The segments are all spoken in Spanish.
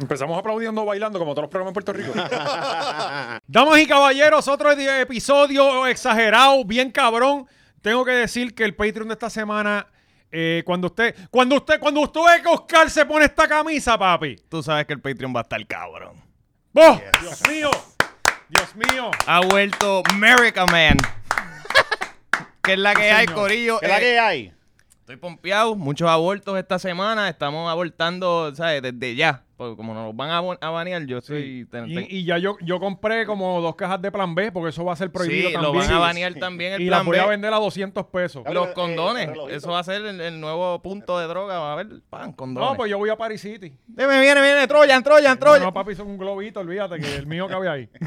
Empezamos aplaudiendo, bailando, como todos los programas en Puerto Rico. Damas y caballeros, otro di- episodio exagerado, bien cabrón. Tengo que decir que el Patreon de esta semana, eh, cuando usted, cuando usted, cuando usted ve que Oscar se pone esta camisa, papi. Tú sabes que el Patreon va a estar cabrón. ¡Vos! ¡Dios mío! ¡Dios mío! Ha vuelto America Man. que es la que hay, Corillo. ¿Qué es la Eh, que hay? Estoy pompeado. Muchos abortos esta semana. Estamos abortando, ¿sabes? Desde ya. Porque como nos van a, ban- a banear, yo soy... ten- ten- Y, y ya yo, yo compré como dos cajas de plan B, porque eso va a ser prohibido sí, también. lo van a banear también el y las plan voy a B. vender a 200 pesos. Abre Los el- condones. el relojito. Eso va a ser el, el nuevo punto de droga. Va a haber pan, condones. No, pues yo voy a Paris City. Deme, viene, viene. Troyan, Troyan, No, Troyan. no, papi, son un globito, olvídate que el mío cabe ahí.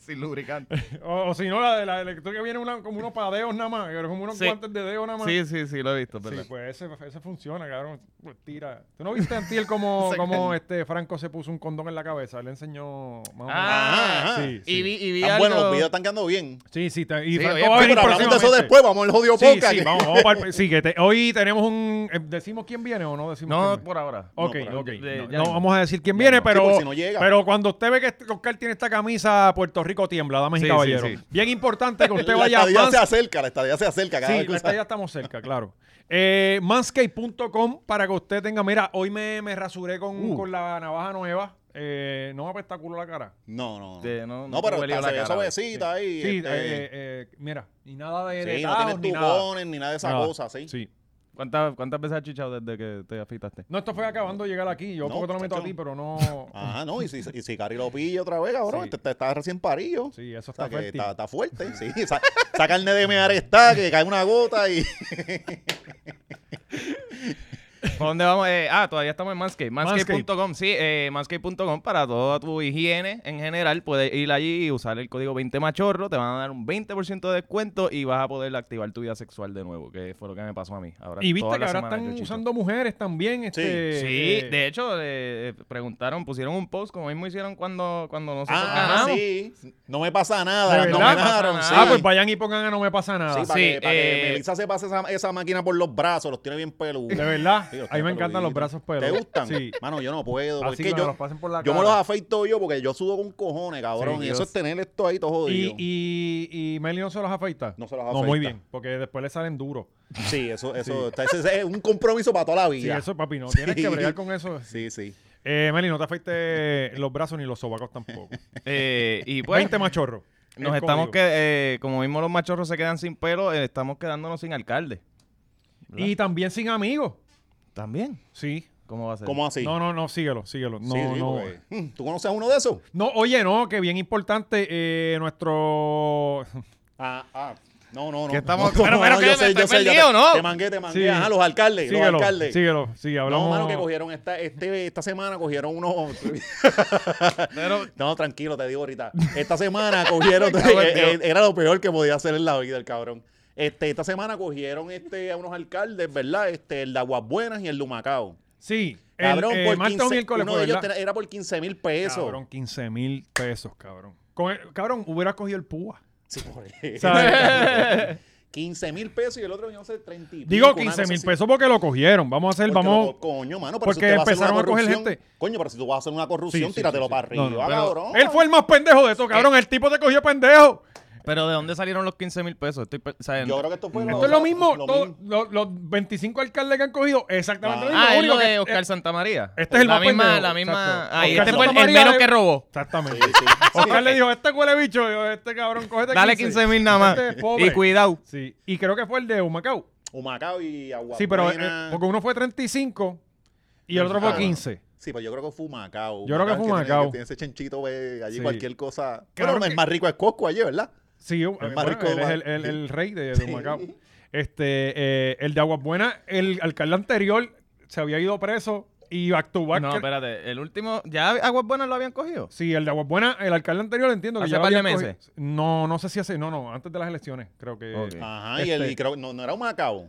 Sin lubricante. O, o si no, la de la electricidad que viene una- como unos padeos nada más, que como unos Sí. guantes de dedo nada más. Sí, sí, sí, lo he visto. es Sí, verdad. pues ese, ese funciona, cabrón. Pues tira. ¿Tú no viste antier como, Se como cae. este Franco se puso un condón en la cabeza? Él le enseñó más o menos. Ah, Sí, sí. y vi, y vi Están buenos, algo- los videos están quedando bien. Sí, sí, te- y Sí, Franco oye, va a pero venir Pero hablamos de eso próximamente. después, vamos al jodido Sí, podcast. sí, vamos, vamos para el- sí, que te- hoy tenemos un... eh, ¿Decimos quién viene o no decimos No, quién viene? por ahora. Ok, no, pero- ok. de- No, ya no no. vamos a decir quién viene, pero, porque si no llega. pero cuando usted ve que este- Oscar tiene esta camisa, Puerto Rico tiembla, damas y Sí, sí, caballeros. sí. Bien importante que usted la vaya a estadía se Mans- acerca, la estadía se acerca. Cada Sí, vez que la usa- estadía estamos cerca, claro. Eh, manscape.com para que usted tenga. Mira, hoy me, me rasuré con, Uh. con la navaja nueva. Eh, no me apesta culo la cara. No, no. No, Sí, no, no, no te pero huele está- la se ve cara. suavecita ahí. Sí, este, eh, eh, mira, y nada de. de sí, no tajos, tienes ni nada. tubones ni nada de esas Nada. cosas, sí. Sí. ¿Cuántas, ¿Cuántas veces has chichado desde que te afeitaste? No, esto fue acabando de llegar aquí. Yo No, poco te lo meto a chacho. ti, pero no. Ah, no, y si, y si Cari lo pilla otra vez, cabrón, Sí. te, te estás recién parido. Sí, eso O sea, está que fértil. está, está fuerte, sí. Esa, esa carne de mear está, que cae una gota y... ¿Por dónde vamos? Eh, ah, todavía estamos en Manscape. Manscaped. Manscape.com, sí, eh, Manscape.com para toda tu higiene en general. Puedes ir allí y usar el código 20machorro, te van a dar un 20% de descuento y vas a poder activar tu vida sexual de nuevo, que fue lo que me pasó a mí. Ahora, Y viste todas que las ahora semanas yo están chicho. usando mujeres también. Este, Sí, eh, de hecho, eh, preguntaron, pusieron un post como mismo hicieron cuando, cuando nosotros Ah, ganamos. sí. No me pasa ¿De nada. verdad? No No me pasa ganaron, nada. sí. Ah, pues vayan y pongan a No Me Pasa Nada. Sí, para Sí, que, para que eh, Melissa se pase esa, esa máquina por los brazos, los tiene bien peludos. De verdad. Sí, los a mí tiene me encantan los brazos peluditos. pelos. ¿Te gustan? Sí. Mano, yo no puedo. porque Así es que que me yo, los pasen por la yo me cara. los afeito yo porque yo sudo con cojones, cabrón. Sí, y eso Dios. es tener esto ahí todo jodido. Y, y, y Meli no se los afeita. No se los muy afeita. bien, porque después le salen duros. Sí, eso, eso está- ese- ese es un compromiso para toda la Sí, vida. eso, papi, no. Sí. Tienes que bregar con eso. sí, sí. Eh, Meli, no te afeites los brazos ni los sobacos tampoco. Eh, y pues, 20 machorros. Nos El estamos código. que, eh, como mismo los machorros se quedan sin pelo, eh, estamos quedándonos sin alcalde. Y también sin amigos. También. Sí. ¿Cómo va a ser? ¿Cómo así? No, no, no, síguelo, síguelo. No, Sí, sí, no. porque- Hmm, ¿Tú conoces a uno de esos? No, oye, no, que bien importante, eh, nuestro... Ah, ah. No, no, no. Que estamos- No, Pero, pero, no, ¿qué? yo sé, ¿Estoy yo sé, ya perdido, te- no? Te mangué, te mangué. Sí. Ajá, los alcaldes, los síguelo, alcaldes. síguelo, sí, hablamos... No, mano, que cogieron esta, este, esta semana cogieron unos. Pero- no, tranquilo, te digo ahorita. Esta semana cogieron. cago en eh, Dios. era lo peor que podía hacer en la vida el cabrón. Este, esta semana cogieron este, a unos alcaldes, ¿verdad? Este, el de Aguas Buenas y el de Humacao. Sí, el, Cabrón, eh, por martes o 15 miércoles uno fue, de ellos ¿verdad? te- era por 15 mil pesos. Cabrón, 15 mil pesos, cabrón. Con el- cabrón, hubieras cogido el púa. Sí, por eso. ¿Sabes? 15 mil pesos y el otro, yo no sé, 30 y Digo pico, una 15 cosa mil así. pesos porque lo cogieron. Vamos a hacer, Porque vamos... lo- coño, mano, pero porque si usted va a hacer una empezaron a coger corrupción- gente. Coño, pero si tú vas a hacer una corrupción, Sí, sí, tíratelo sí, sí. para arriba, No, no, pero cabrón. Él fue el más pendejo de eso, cabrón. El tipo te cogió pendejo. Pero ¿de dónde salieron los 15 mil pesos? Estoy pe- o sea, Yo creo que esto fue Esto es lo mismo. lo todo- mismo. lo- los 25 alcaldes que han cogido, exactamente lo mismo. Ah, es único lo que- de Oscar Santamaría. Este es el la más misma, pendejo, La misma... exacto. Ah, y Oscar este fue el, el Santamaría menos de- que robó. Exactamente. Sí, sí. Oscar le dijo, este huele bicho, yo, este cabrón, cógete Dale 15 mil nada más. Este es pobre. y cuidado. Sí, y creo que fue el de Humacao. Humacao y Aguas Sí, pero eh, Buenas. porque uno fue 35 y el otro fue Ah, 15. Sí, pero yo creo que fue Humacao. Yo creo que fue Humacao es el Humacao. Tiene, que tiene ese chanchito, ve, allí Sí. cualquier cosa. Claro Claro, bueno, que- el más rico es Costco allí, ¿verdad? Sí, eh, más bueno, rico él es de- el, el- sí. el rey de, de Humacao. Este, eh, el de Aguas Buenas, el alcalde anterior se había ido preso y back to back. No, que- espérate. El último... ¿Ya Aguas Buenas lo habían cogido? Sí, el de Aguas Buenas, el alcalde anterior entiendo que Hace ya par de habían cogido- meses. No, no sé si hace, no, no, antes de las elecciones, creo que. Ok. Ajá, y Este- el, y creo, no, no era Humacao.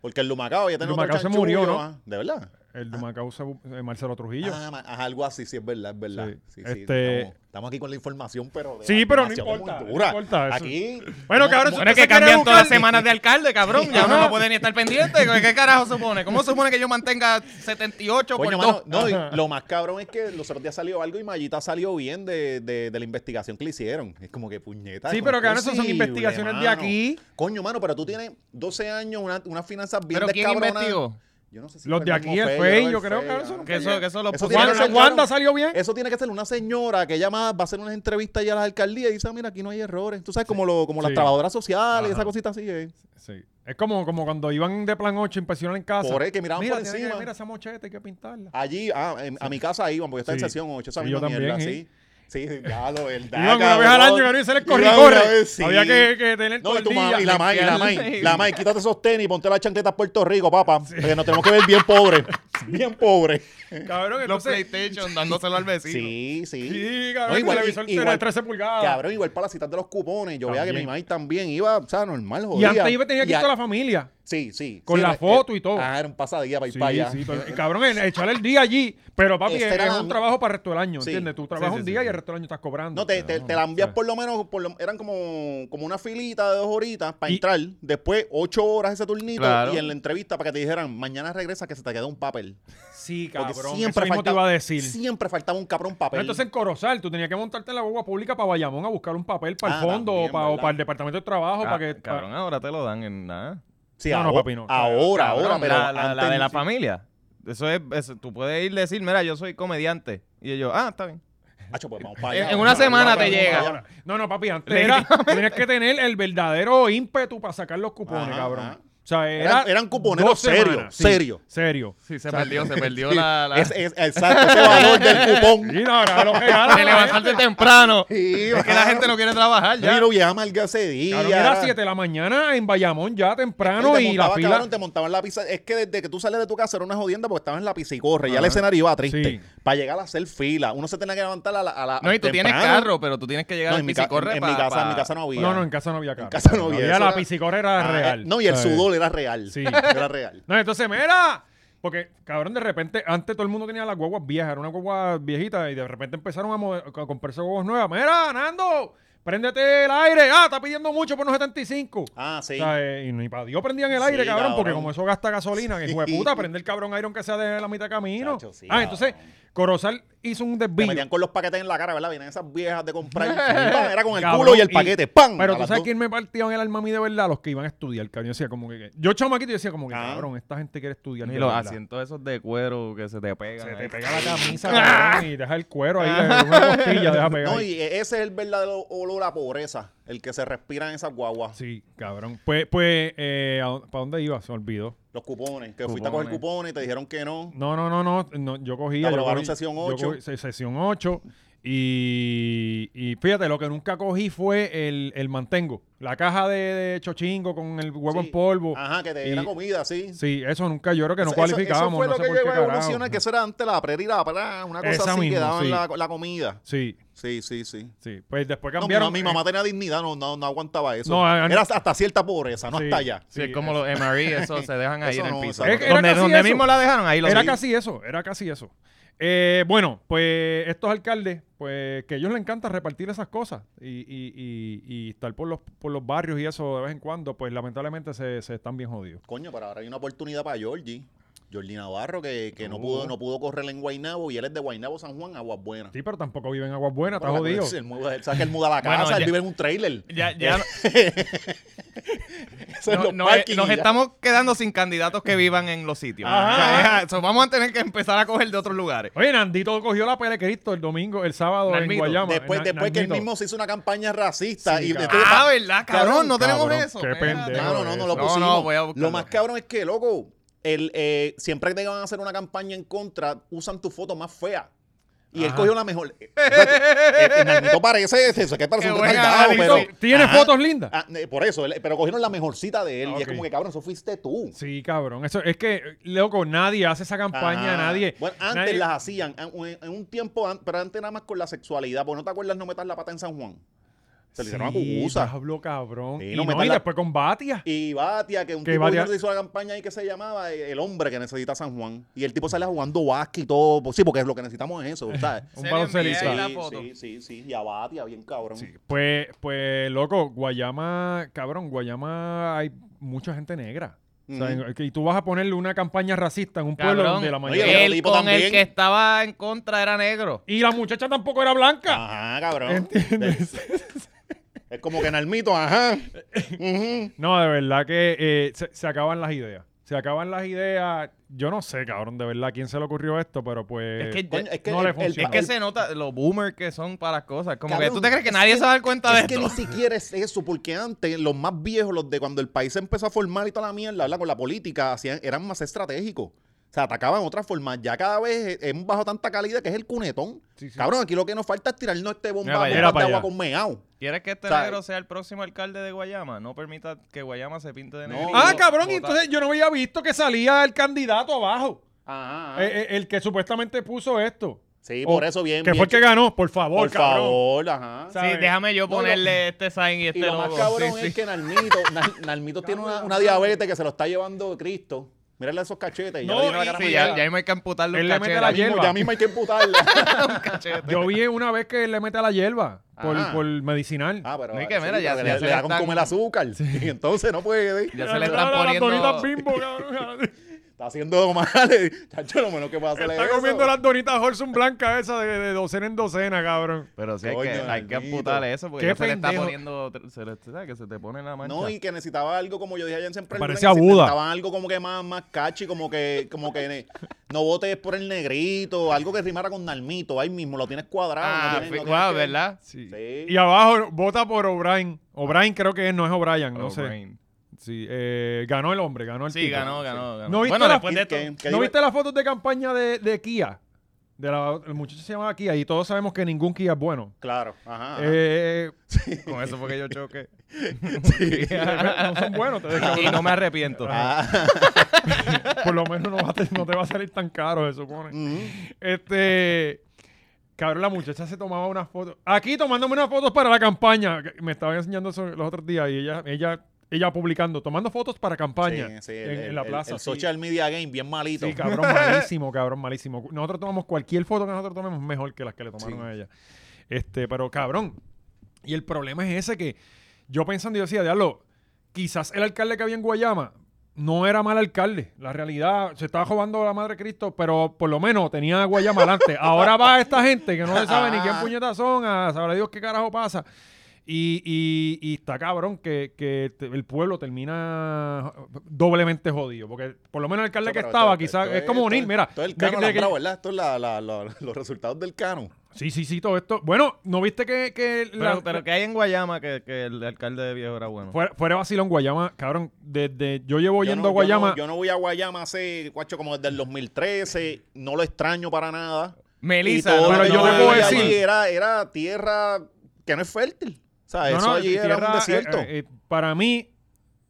Porque el Humacao ya tenía Humacao otro se chanchullo, murió, ¿no? ah, De verdad. El de Macao, se bu- eh, Marcelo Trujillo. Ah, ma- ajá, algo así, sí, es verdad, es verdad. Sí. Sí, sí, Este- estamos, estamos aquí con la información, pero. de Sí, pero no demasiado importa, muy dura. no importa, eso- Aquí. Bueno, no- cabrón, Bueno, no- es ¿Usted que se quiere cambian todas las educar? semanas de alcalde, cabrón. Ya uno Ajá. no puede ni estar pendiente. ¿Qué qué carajo supone? ¿Cómo supone que yo mantenga 78 por Coño, dos? mano, no, y lo más cabrón es que los otros días salió algo y Mayita salió bien de, de- de la investigación que le hicieron. Es como que puñeta. Sí, ¿cómo pero es cabrón, esas son posible, investigaciones de mano? aquí. Coño, mano, pero tú tienes 12 años, una- unas finanzas bien ¿Pero quién descabronadas. investigó? Yo no sé si Los fue de mismo aquí, el Fey, Fey, el yo creo, Fey, cabrón, ah. eso no Que eso, que eso lo Eso pusieron tiene que Wanda, ser, Wanda cabrón. salió bien. Eso tiene que ser una señora que llama, va a hacer unas entrevistas ya a la alcaldía y dice, "Ah, mira, aquí no hay errores. Tú sabes, como, lo, como las Sí. trabajadoras sociales, Ajá. esa cosita así. eh. Sí. Es como, como cuando iban de plan 8 impresionar en casa. Por ahí, que miraban mira, por tiene que- encima. mira esa mocheta, hay que pintarla. Allí, ah, en- a mi casa iban, porque está en Sí. sesión 8, esa Sí, misma yo también, mierda, ¿eh? sí. Sí, Ah, ya lo verdad. iban una vez al año, cabrón, y se les corre y Iban corre. una vez, sí. Había que, que tener No, y tu cordilla. mamá, y la May, y la May, la May, quítate esos tenis y ponte las chancletas Puerto Rico, papá. Porque nos tenemos que ver bien pobres. Bien pobres. Cabrón, Los entonces... PlayStation dándoselo al vecino. Sí, sí. Sí, cabrón, No, televisor de 13 pulgadas. Cabrón, igual para las citas de los cupones. Yo veía que También. mi May también iba, o sea, normal, Y jodía. antes iba tenía que Y ir a- toda la familia. Sí, sí. Con Sí, la era- foto eh, y todo. Ah, era un pasadía para ir Sí, para allá. sí, pero- eh, cabrón, en- echarle el día allí. Pero papi, Esta es, era es la- un trabajo para el resto del año, Sí. ¿entiendes? Tú Sí, trabajas sí, un sí, día sí. y el resto del año estás cobrando. No, te, te, te la envías por lo menos, por lo- eran como, como una filita de dos horitas para Y- entrar. Después, ocho horas ese turnito Claro. y en la entrevista para que te dijeran, mañana regresa que se te quedó un papel. Sí, cabrón, Porque eso mismo te iba a decir. siempre faltaba un cabrón papel. Pero entonces en Corozal, tú tenías que montarte en la guagua pública para Bayamón a buscar un papel para el Ah, fondo también, o, para, o ¿verdad? para el departamento de trabajo. Ca- para que, para- Ah, Cabrón, ahora te lo dan en nada. Sí, No, no, aho- papi, no. Ahora, Cabrón, ahora, pero la, la- la antes de la no- familia. Eso es, eso- tú puedes ir a decir, mira, yo soy comediante. Y ellos, ah, está bien. Hacho, pues, vamos para allá, En- en vamos una para semana allá, te vamos llega. para allá. No, no, papi, antes era, tenías que tener el verdadero ímpetu para sacar los cupones, Ajá, cabrón. ajá. O sea, era Eran- eran cuponeros dos serios, semanas, serios. Serio. Sí, se perdió, se perdió la... Es, es- exacto, ese valor del cupón. Y no, ahora lo regalan, De levantarte temprano. Es que la gente no quiere trabajar Ya. ya. Mira, ya amarga ese día. Cabrón, era ahora- 7 de la mañana en Bayamón ya Y temprano te Ah, y, la montaba, fila. cabrón, te montaban la pizza. Es que desde que tú sales de tu casa era una jodienda porque estabas en la pizza y corre. Ya el escenario iba triste. Sí. Para llegar a hacer fila. Uno se tenía que levantar a la. A la No, y tú tienes temprano. carro, pero tú tienes que llegar No, al en mi, ca- piscicorre en, en pa- mi casa, pa- en mi casa no había. No, no, en casa no había carro. casa no había, eso la era- piscicorra era Ah, eh, real. no, y el ¿sabes? sudor era real. Sí. Era real. No, entonces, mira. Porque, cabrón, de repente, antes todo el mundo tenía las guaguas viejas, era una guagua viejita, y de repente empezaron a, mo- a comprarse guaguas nuevas. Mira, Nando, préndete el aire. Ah, está pidiendo mucho por unos 75. Ah, sí. O sea, eh, y ni para Dios prendían el aire, Sí, cabrón, porque cabrón. como eso gasta gasolina, hijo de puta, prende el cabrón aire aunque sea de la mitad de camino. Chacho, sí, ah, cabrón. entonces, Corozal hizo un Te desvío. metían con los paquetes en la cara, ¿verdad? Vienen esas viejas de comprar. Pam, era con el Cabrón, culo y el paquete. ¡Pam! Pero A tú las sabes dos. quién me partía en el alma a mí de verdad, los que iban a estudiar, cabrón. Yo decía como que. Yo chamaquito yo decía como que, Ah. cabrón, esta gente quiere estudiar. Y de los verdad. asientos esos de cuero que se te pegan. Se ahí. te pega la camisa, cabrón, y deja el cuero ahí, de una costilla, deja pegar. Ah. No, ahí. y e- ese es el verdadero olor a pobreza. El que se respira en esas guaguas. Sí, cabrón. Pues, pues, eh, ¿para dónde iba? Se olvidó. Los cupones. Que fuiste a coger Cupones. cupones y te dijeron que no. No, no, no, no. no, yo cogía. Te yo aprobaron cogí- sesión yo ocho. cogí se- sesión 8. Y, y fíjate, lo que nunca cogí fue el, el mantengo. La caja de, de chochingo con el huevo Sí. en polvo. Ajá, que te Y- era comida, sí. Sí, eso nunca, yo creo que no Eso- eso- cualificábamos. no Eso, fue sé lo por que qué llegó a carajo. evolucionar, que eso era antes la prera y la pra, una cosa Esa así mismo, que daban sí. la, la comida. Sí, Sí, sí, sí. sí. Pues después No, mi cambiaron. ma- mi, mamá tenía dignidad, no, no, no aguantaba eso. No, ah, no. era hasta cierta pobreza, no Sí. hasta allá. Sí, Sí, es como los MRE, eso se dejan ahí Eso en el no, piso. exacto. Es que era donde casi donde eso. mismo la dejaron, ahí los Eh, Era Sí. casi eso, era casi eso. Eh, bueno, pues estos alcaldes, pues que a ellos les encanta repartir esas cosas y, y, y, y estar por los, por los barrios y eso de vez en cuando, pues lamentablemente se, se están bien jodidos. Coño, pero ahora hay una oportunidad para Georgie. Georgie Navarro, que, que no. No. pudo, no pudo correr en Guaynabo y él es de Guaynabo, San Juan, Aguas Buenas. Sí, pero tampoco viven en Aguas Buenas, está Pero la- jodido. él muda- él sabe que él muda la Bueno, casa, él ya- vive en un trailer. Ya, ya, Eso es no- los no- parkings nos y ya. estamos quedando sin candidatos que vivan en los sitios. Ajá. O sea, eso vamos a tener que empezar a coger de otros lugares. Oye, Nandito cogió la pelea de Cristo el domingo, el sábado en Nalmito. Guayama. Después, Na- después que él Nalmito. mismo se hizo una campaña racista Sí, y cabrón. entonces- Ah, ¿verdad? Cabrón, no tenemos Cabrón, eso. qué Espérate. pendejo. Claro, no, no lo Este, No, pusimos. no, voy a buscarlo. Lo más cabrón es que, loco, el, eh, siempre que te van a hacer una campaña en contra, usan tu foto más fea. Y él Ajá. cogió la mejor. Eh, eh, el Nalmito parece, eso que parece Qué un buen retardado, analito. pero... ¿Tiene Ajá. fotos lindas? Ah, eh, por eso, él- pero cogieron la mejorcita de él. Ah, Y ok. es como que, cabrón, eso fuiste tú. Sí, cabrón. Eso es que, loco, nadie hace esa campaña, Ajá. nadie. Bueno, antes nadie- las pues, hacían, en, en un tiempo, an- pero antes nada más con la sexualidad, porque no te acuerdas no metas la pata en San Juan. Se le hicieron Sí, a Cucusa. Pablo, cabrón. Sí, y, no me no, da y la- después con Batia. Y Batia, que un Que tipo Batia- hizo la campaña ahí que se llamaba eh, El hombre que necesita San Juan. Y el tipo sale jugando básquet y todo. pues, Sí, porque lo que necesitamos es eso, ¿sabes? Un Se baloncelista. le envía ahí Sí, la foto. sí, sí, sí. Y a Batia, bien cabrón. Sí, pues, pues, loco, Guayama, cabrón, Guayama hay mucha gente negra. O sea, Ujú. en- que- y tú vas a ponerle una campaña racista en un pueblo Cabrón, donde la Oye, mayoría... pero él tipo con el también. que estaba en contra era negro. Y la muchacha tampoco era blanca. Ajá, cabrón. ¿Entiendes? Es como que en Almito, ajá. Ujú. No, de verdad que eh, se, se acaban las ideas. Se acaban las ideas. Yo no sé, cabrón, de verdad, quién se le ocurrió esto, pero pues... Es que, Coño, es que no el- le el- funciona. es que se nota los boomers que son para las cosas. Como que tú Cabrón, te crees que es nadie que- se va a dar cuenta de Es que esto. ni siquiera es eso, porque antes los más viejos, los de cuando el país se empezó a formar y toda la mierda, ¿verdad? con la política, hacían, eran más estratégicos. O sea, atacaban de otra forma. Ya cada vez hemos bajado tanta calidad que es el cunetón. Sí, sí. Cabrón, aquí lo que nos falta es tirarnos este Mira bomba para allá. Mira bombas para de agua allá. con meao. ¿Quieres que este O sea, negro sea el próximo alcalde de Guayama? No permita que Guayama se pinte de No. negro. Ah, cabrón, y entonces yo no había visto que salía el candidato abajo. Ajá. Eh, eh, el que supuestamente puso esto. Ah. sí, o- por eso bien. Que bien fue el que ganó, por favor, Por cabrón. Este favor, ajá. ¿sabes? Sí, déjame yo No, ponerle este sign y este y lo más logo. cabrón Sí, sí. es que Nalmito, Nal- Nalmito tiene una, una diabetes que se lo está llevando Cristo. Mírale esos cachetes. ya No, le tiene la y- cara sí, Sí, muy ya, larga. ya ahí me hay que amputarle un Él le mete cachete. la Ya mismo- hierba. ya mismo hay que emputarla. un cachete. Yo vi una vez que le mete a la hierba por, Ajá. por medicinal. Ah, pero No, y ah, que mira, ya- porque ya le, se le le da con están- comer azúcar. Y entonces no puede. ¿eh? Ya se le están Ahora las poniendo- donitas bimbo, cabrón. Está haciendo mal. eh. Chacho, lo menos que puede hacer es Está eso. comiendo las donitas Holson blanca esa de, de docena en docena, cabrón. Pero sí, hay que, Coño, hay que maldito. amputarle eso porque Qué ya se le está pendejo. poniendo. Se le, ¿sabes? Que se te pone la mancha. No, y que necesitaba algo, como yo dije ayer en Siempre Parece Libre, que a se Buda. Necesitaban algo como que más, más catchy, como que, como que ne- no votes por el negrito, algo que rimara con Nalmito. Ahí mismo lo tienes cuadrado. no Ah, tienes- no fi- tienes guau, que- ¿verdad? Sí. Sí. Y abajo vota por O'Brien. O'Brien creo que es, no es O'Brien, no sé. Brain. Sí, eh, ganó el hombre, ganó el Sí, tipo. ganó, ganó, ganó. ¿No viste bueno, la- después de ¿Qué- esto. qué ¿No digo? viste las fotos de campaña de, de Kia? De la, el muchacho se llamaba Kia y todos sabemos que ningún Kia es bueno. Claro, ajá. Ah. ajá. Eh, Con eso fue que yo choqué. no son buenos, te dejo- y no me arrepiento. Ah, por lo menos no, va a te- no te va a salir tan caro, se supone. Mm. ujú. Este. Cabrón, la muchacha se tomaba unas fotos. Aquí tomándome unas fotos para la campaña. que Me estaban enseñando eso los otros días y ella, ella, ella publicando, tomando fotos para campaña Sí, sí, en, el- en el- la el- plaza. El sí. social media game, bien malito. Sí, cabrón, malísimo, cabrón, malísimo. Nosotros tomamos cualquier foto que nosotros tomemos mejor que las que le tomaron Sí. a ella. Este, pero cabrón. Y el problema es ese que yo pensando, yo decía, diablo, quizás el alcalde que había en Guayama no era mal alcalde. La realidad, se estaba jugando la madre de Cristo, pero por lo menos tenía a Guayama adelante. Ahora va esta gente que no se sabe ni quién Ah. puñetas son, a sabrá Dios qué carajo pasa. Y, y- y está cabrón que, que te- el pueblo termina doblemente jodido. Porque por lo menos el alcalde que Pero estaba, esto- quizás, esto es como esto unir, mira. Todo el de- cano de que- alambrado, ¿verdad? Esto es la- la- la- los resultados del cano. sí, sí, sí, todo esto. Bueno, ¿no viste que, que la- Pero, pero que hay en Guayama que, que el alcalde de Viejo era bueno. fuera, fuera vacilón Guayama, cabrón, desde yo llevo Yo yendo no- a Guayama. Yo no, yo no voy a Guayama hace, cuacho, como desde el 2013. No lo extraño para nada. Melissa, Y todo pero lo que yo yo te puedo veía decir- allí Era, era tierra que no es fértil. O sea, No, eso no, allí tierra, era un desierto. eh, eh, eh, para mí,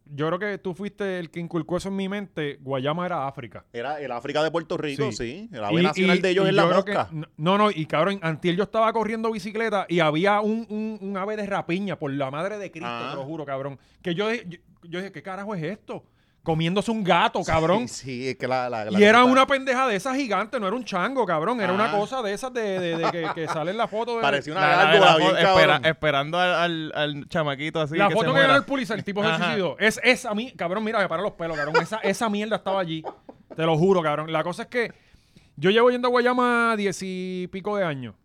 yo creo que tú fuiste el que inculcó eso en mi mente. Guayama era África. era el África de Puerto Rico, Sí. sí. La B nacional y- de ellos y es la yo creo que- mosca. no, no, y cabrón, antier yo estaba corriendo bicicleta y había un, un- un ave de rapiña, por la madre de Cristo, Ah. te lo juro, cabrón. Que yo, de- yo, yo dije, ¿qué carajo es esto? Comiéndose un gato, cabrón. Sí, sí, es que la, la- la Y era cosa- una pendeja de esas gigante, no era un chango, cabrón. Era una Ah. cosa de esas de, de- de que, que sale en la foto. De, Parecía una La- la- gárgola la bien foto- espera- cabrón. Esperando al, al- al chamaquito así. la que foto se que ganó muera. el Pulitzer, el tipo se Ajá. suicidó. Es esa, mi, cabrón, mira, me para los pelos, cabrón. Esa, esa mierda estaba allí. Te lo juro, cabrón. La cosa es que yo llevo yendo a Guayama diez y pico de años.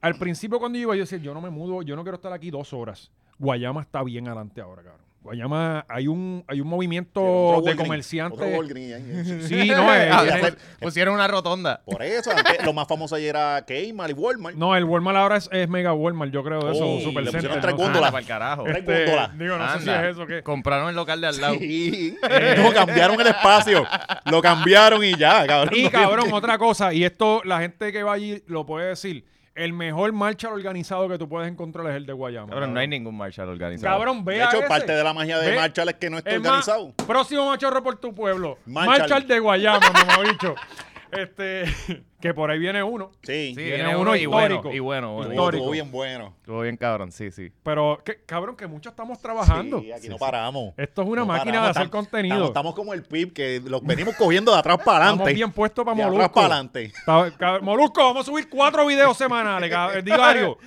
Al principio cuando yo iba, yo decía, yo no me mudo, yo no quiero estar aquí dos horas. Guayama está bien adelante ahora, cabrón. Guayama, hay un, hay un Otro movimiento de Walgreens, otro comerciantes. Walgreens eh. ahí. Sí, no, eh, es- Ah, es- pu- pusieron una rotonda. Por eso, antes lo más famoso allí era Kmart y Walmart. no, el Walmart ahora es, es Mega Walmart, yo creo, de eso, Oh, Super le pusieron Center, tres no sé. góndolas. para el carajo. Tres Este, góndolas. digo, no sé si Anda. es eso que... Compraron el local de al lado. Sí. Eh. No, cambiaron el espacio. Lo cambiaron y ya, cabrón. Y No cabrón, otra cosa, y esto la gente que va allí lo puede decir, el mejor marcha organizado que tú puedes encontrar es el de Guayama. Cabrón, no hay ningún Marshall organizado. Cabrón, De vea hecho, ese. parte de la magia de Ve- Marshall es que no está Es más, organizado. próximo machorro por tu pueblo. Marshall. Marshall de Guayama, mamá bicho. Este, que por ahí viene uno. Sí. Sí, sí. viene Tiene uno uno y bueno, histórico. y bueno, bueno. Histórico. Estuvo bien bueno. Estuvo bien cabrón, sí, sí. Pero, que, cabrón, que mucho estamos trabajando. Sí, aquí no paramos. Esto es una No máquina paramos, de hacer estamos- contenido. Estamos, estamos como el PIB que los venimos cogiendo de atrás para Estamos adelante. bien puestos para de Molusco. atrás para adelante. Ta- cab- Molusco, vamos a subir cuatro videos semanales, cab- diario.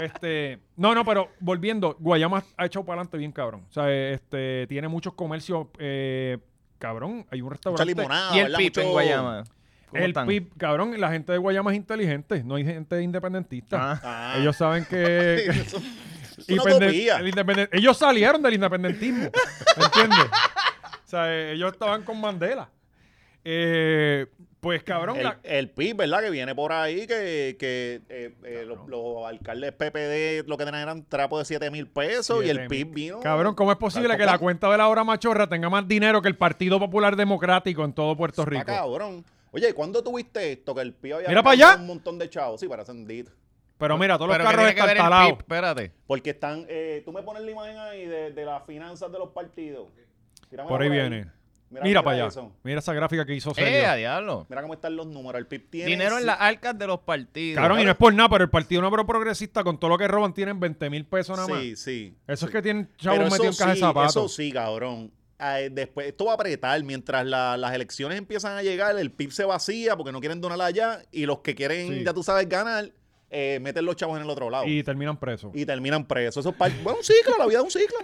Este, no, no, pero volviendo, Guayama ha echado para adelante bien, cabrón. O sea, este, tiene muchos comercios, eh, cabrón. Hay un Mucha restaurante. limonada, y el Ah, ¿verdad? PIP en Mucho- Guayama. ¿Cómo El están? PIB, cabrón, la gente de Guayama es inteligente, no hay gente independentista. Ah, Ah. Ellos saben Sí, que. eso- es y una pende- utopía. el independen- ellos salieron del independentismo, ¿entiendes? o sea, eh, ellos estaban con Mandela. Eh, pues, cabrón, El, la- el PIB, ¿verdad? Que viene por ahí, que, que eh, eh, los, los alcaldes PPD lo que tenían eran trapos de 7 mil pesos y el 7,000. PIB vino. Cabrón, ¿cómo es posible Claro, que la claro. cuenta de la hora machorra tenga más dinero que el Partido Popular Democrático en todo Puerto Está Rico? cabrón. Oye, ¿cuándo tuviste esto? Que el PIB había Mira pa' recaudado allá. un montón de chavos. Sí, para Sandit. Pero mira, todos pero los ¿qué carros tiene que ver están el talados. PIB? Espérate. Porque están. eh, tú me pones la imagen ahí de, de las finanzas de los partidos. Tíramela Por ahí viene. Mira, para allá. eso. Mira esa gráfica que hizo Eh, a Sergio. diablo. Mira cómo están los números. El PIB tiene. Dinero en ci- las arcas de los partidos. Cabrón, y no es por nada, pero el Partido Número Progresista con todo lo que roban tienen 20 mil pesos nada más. Sí, sí. Eso sí. es que tienen chavos Pero metidos en eso caja de sí, eso zapatos. sí, cabrón. Ay, Después, esto va a apretar. Mientras la- las elecciones empiezan a llegar, el PIB se vacía porque no quieren donar allá y los que quieren, Sí. ya tú sabes, ganar, eh, meten los chavos en el otro lado. Y Y, terminan presos. terminan presos. Eso es par- bueno, un ciclo, la vida es un ciclo.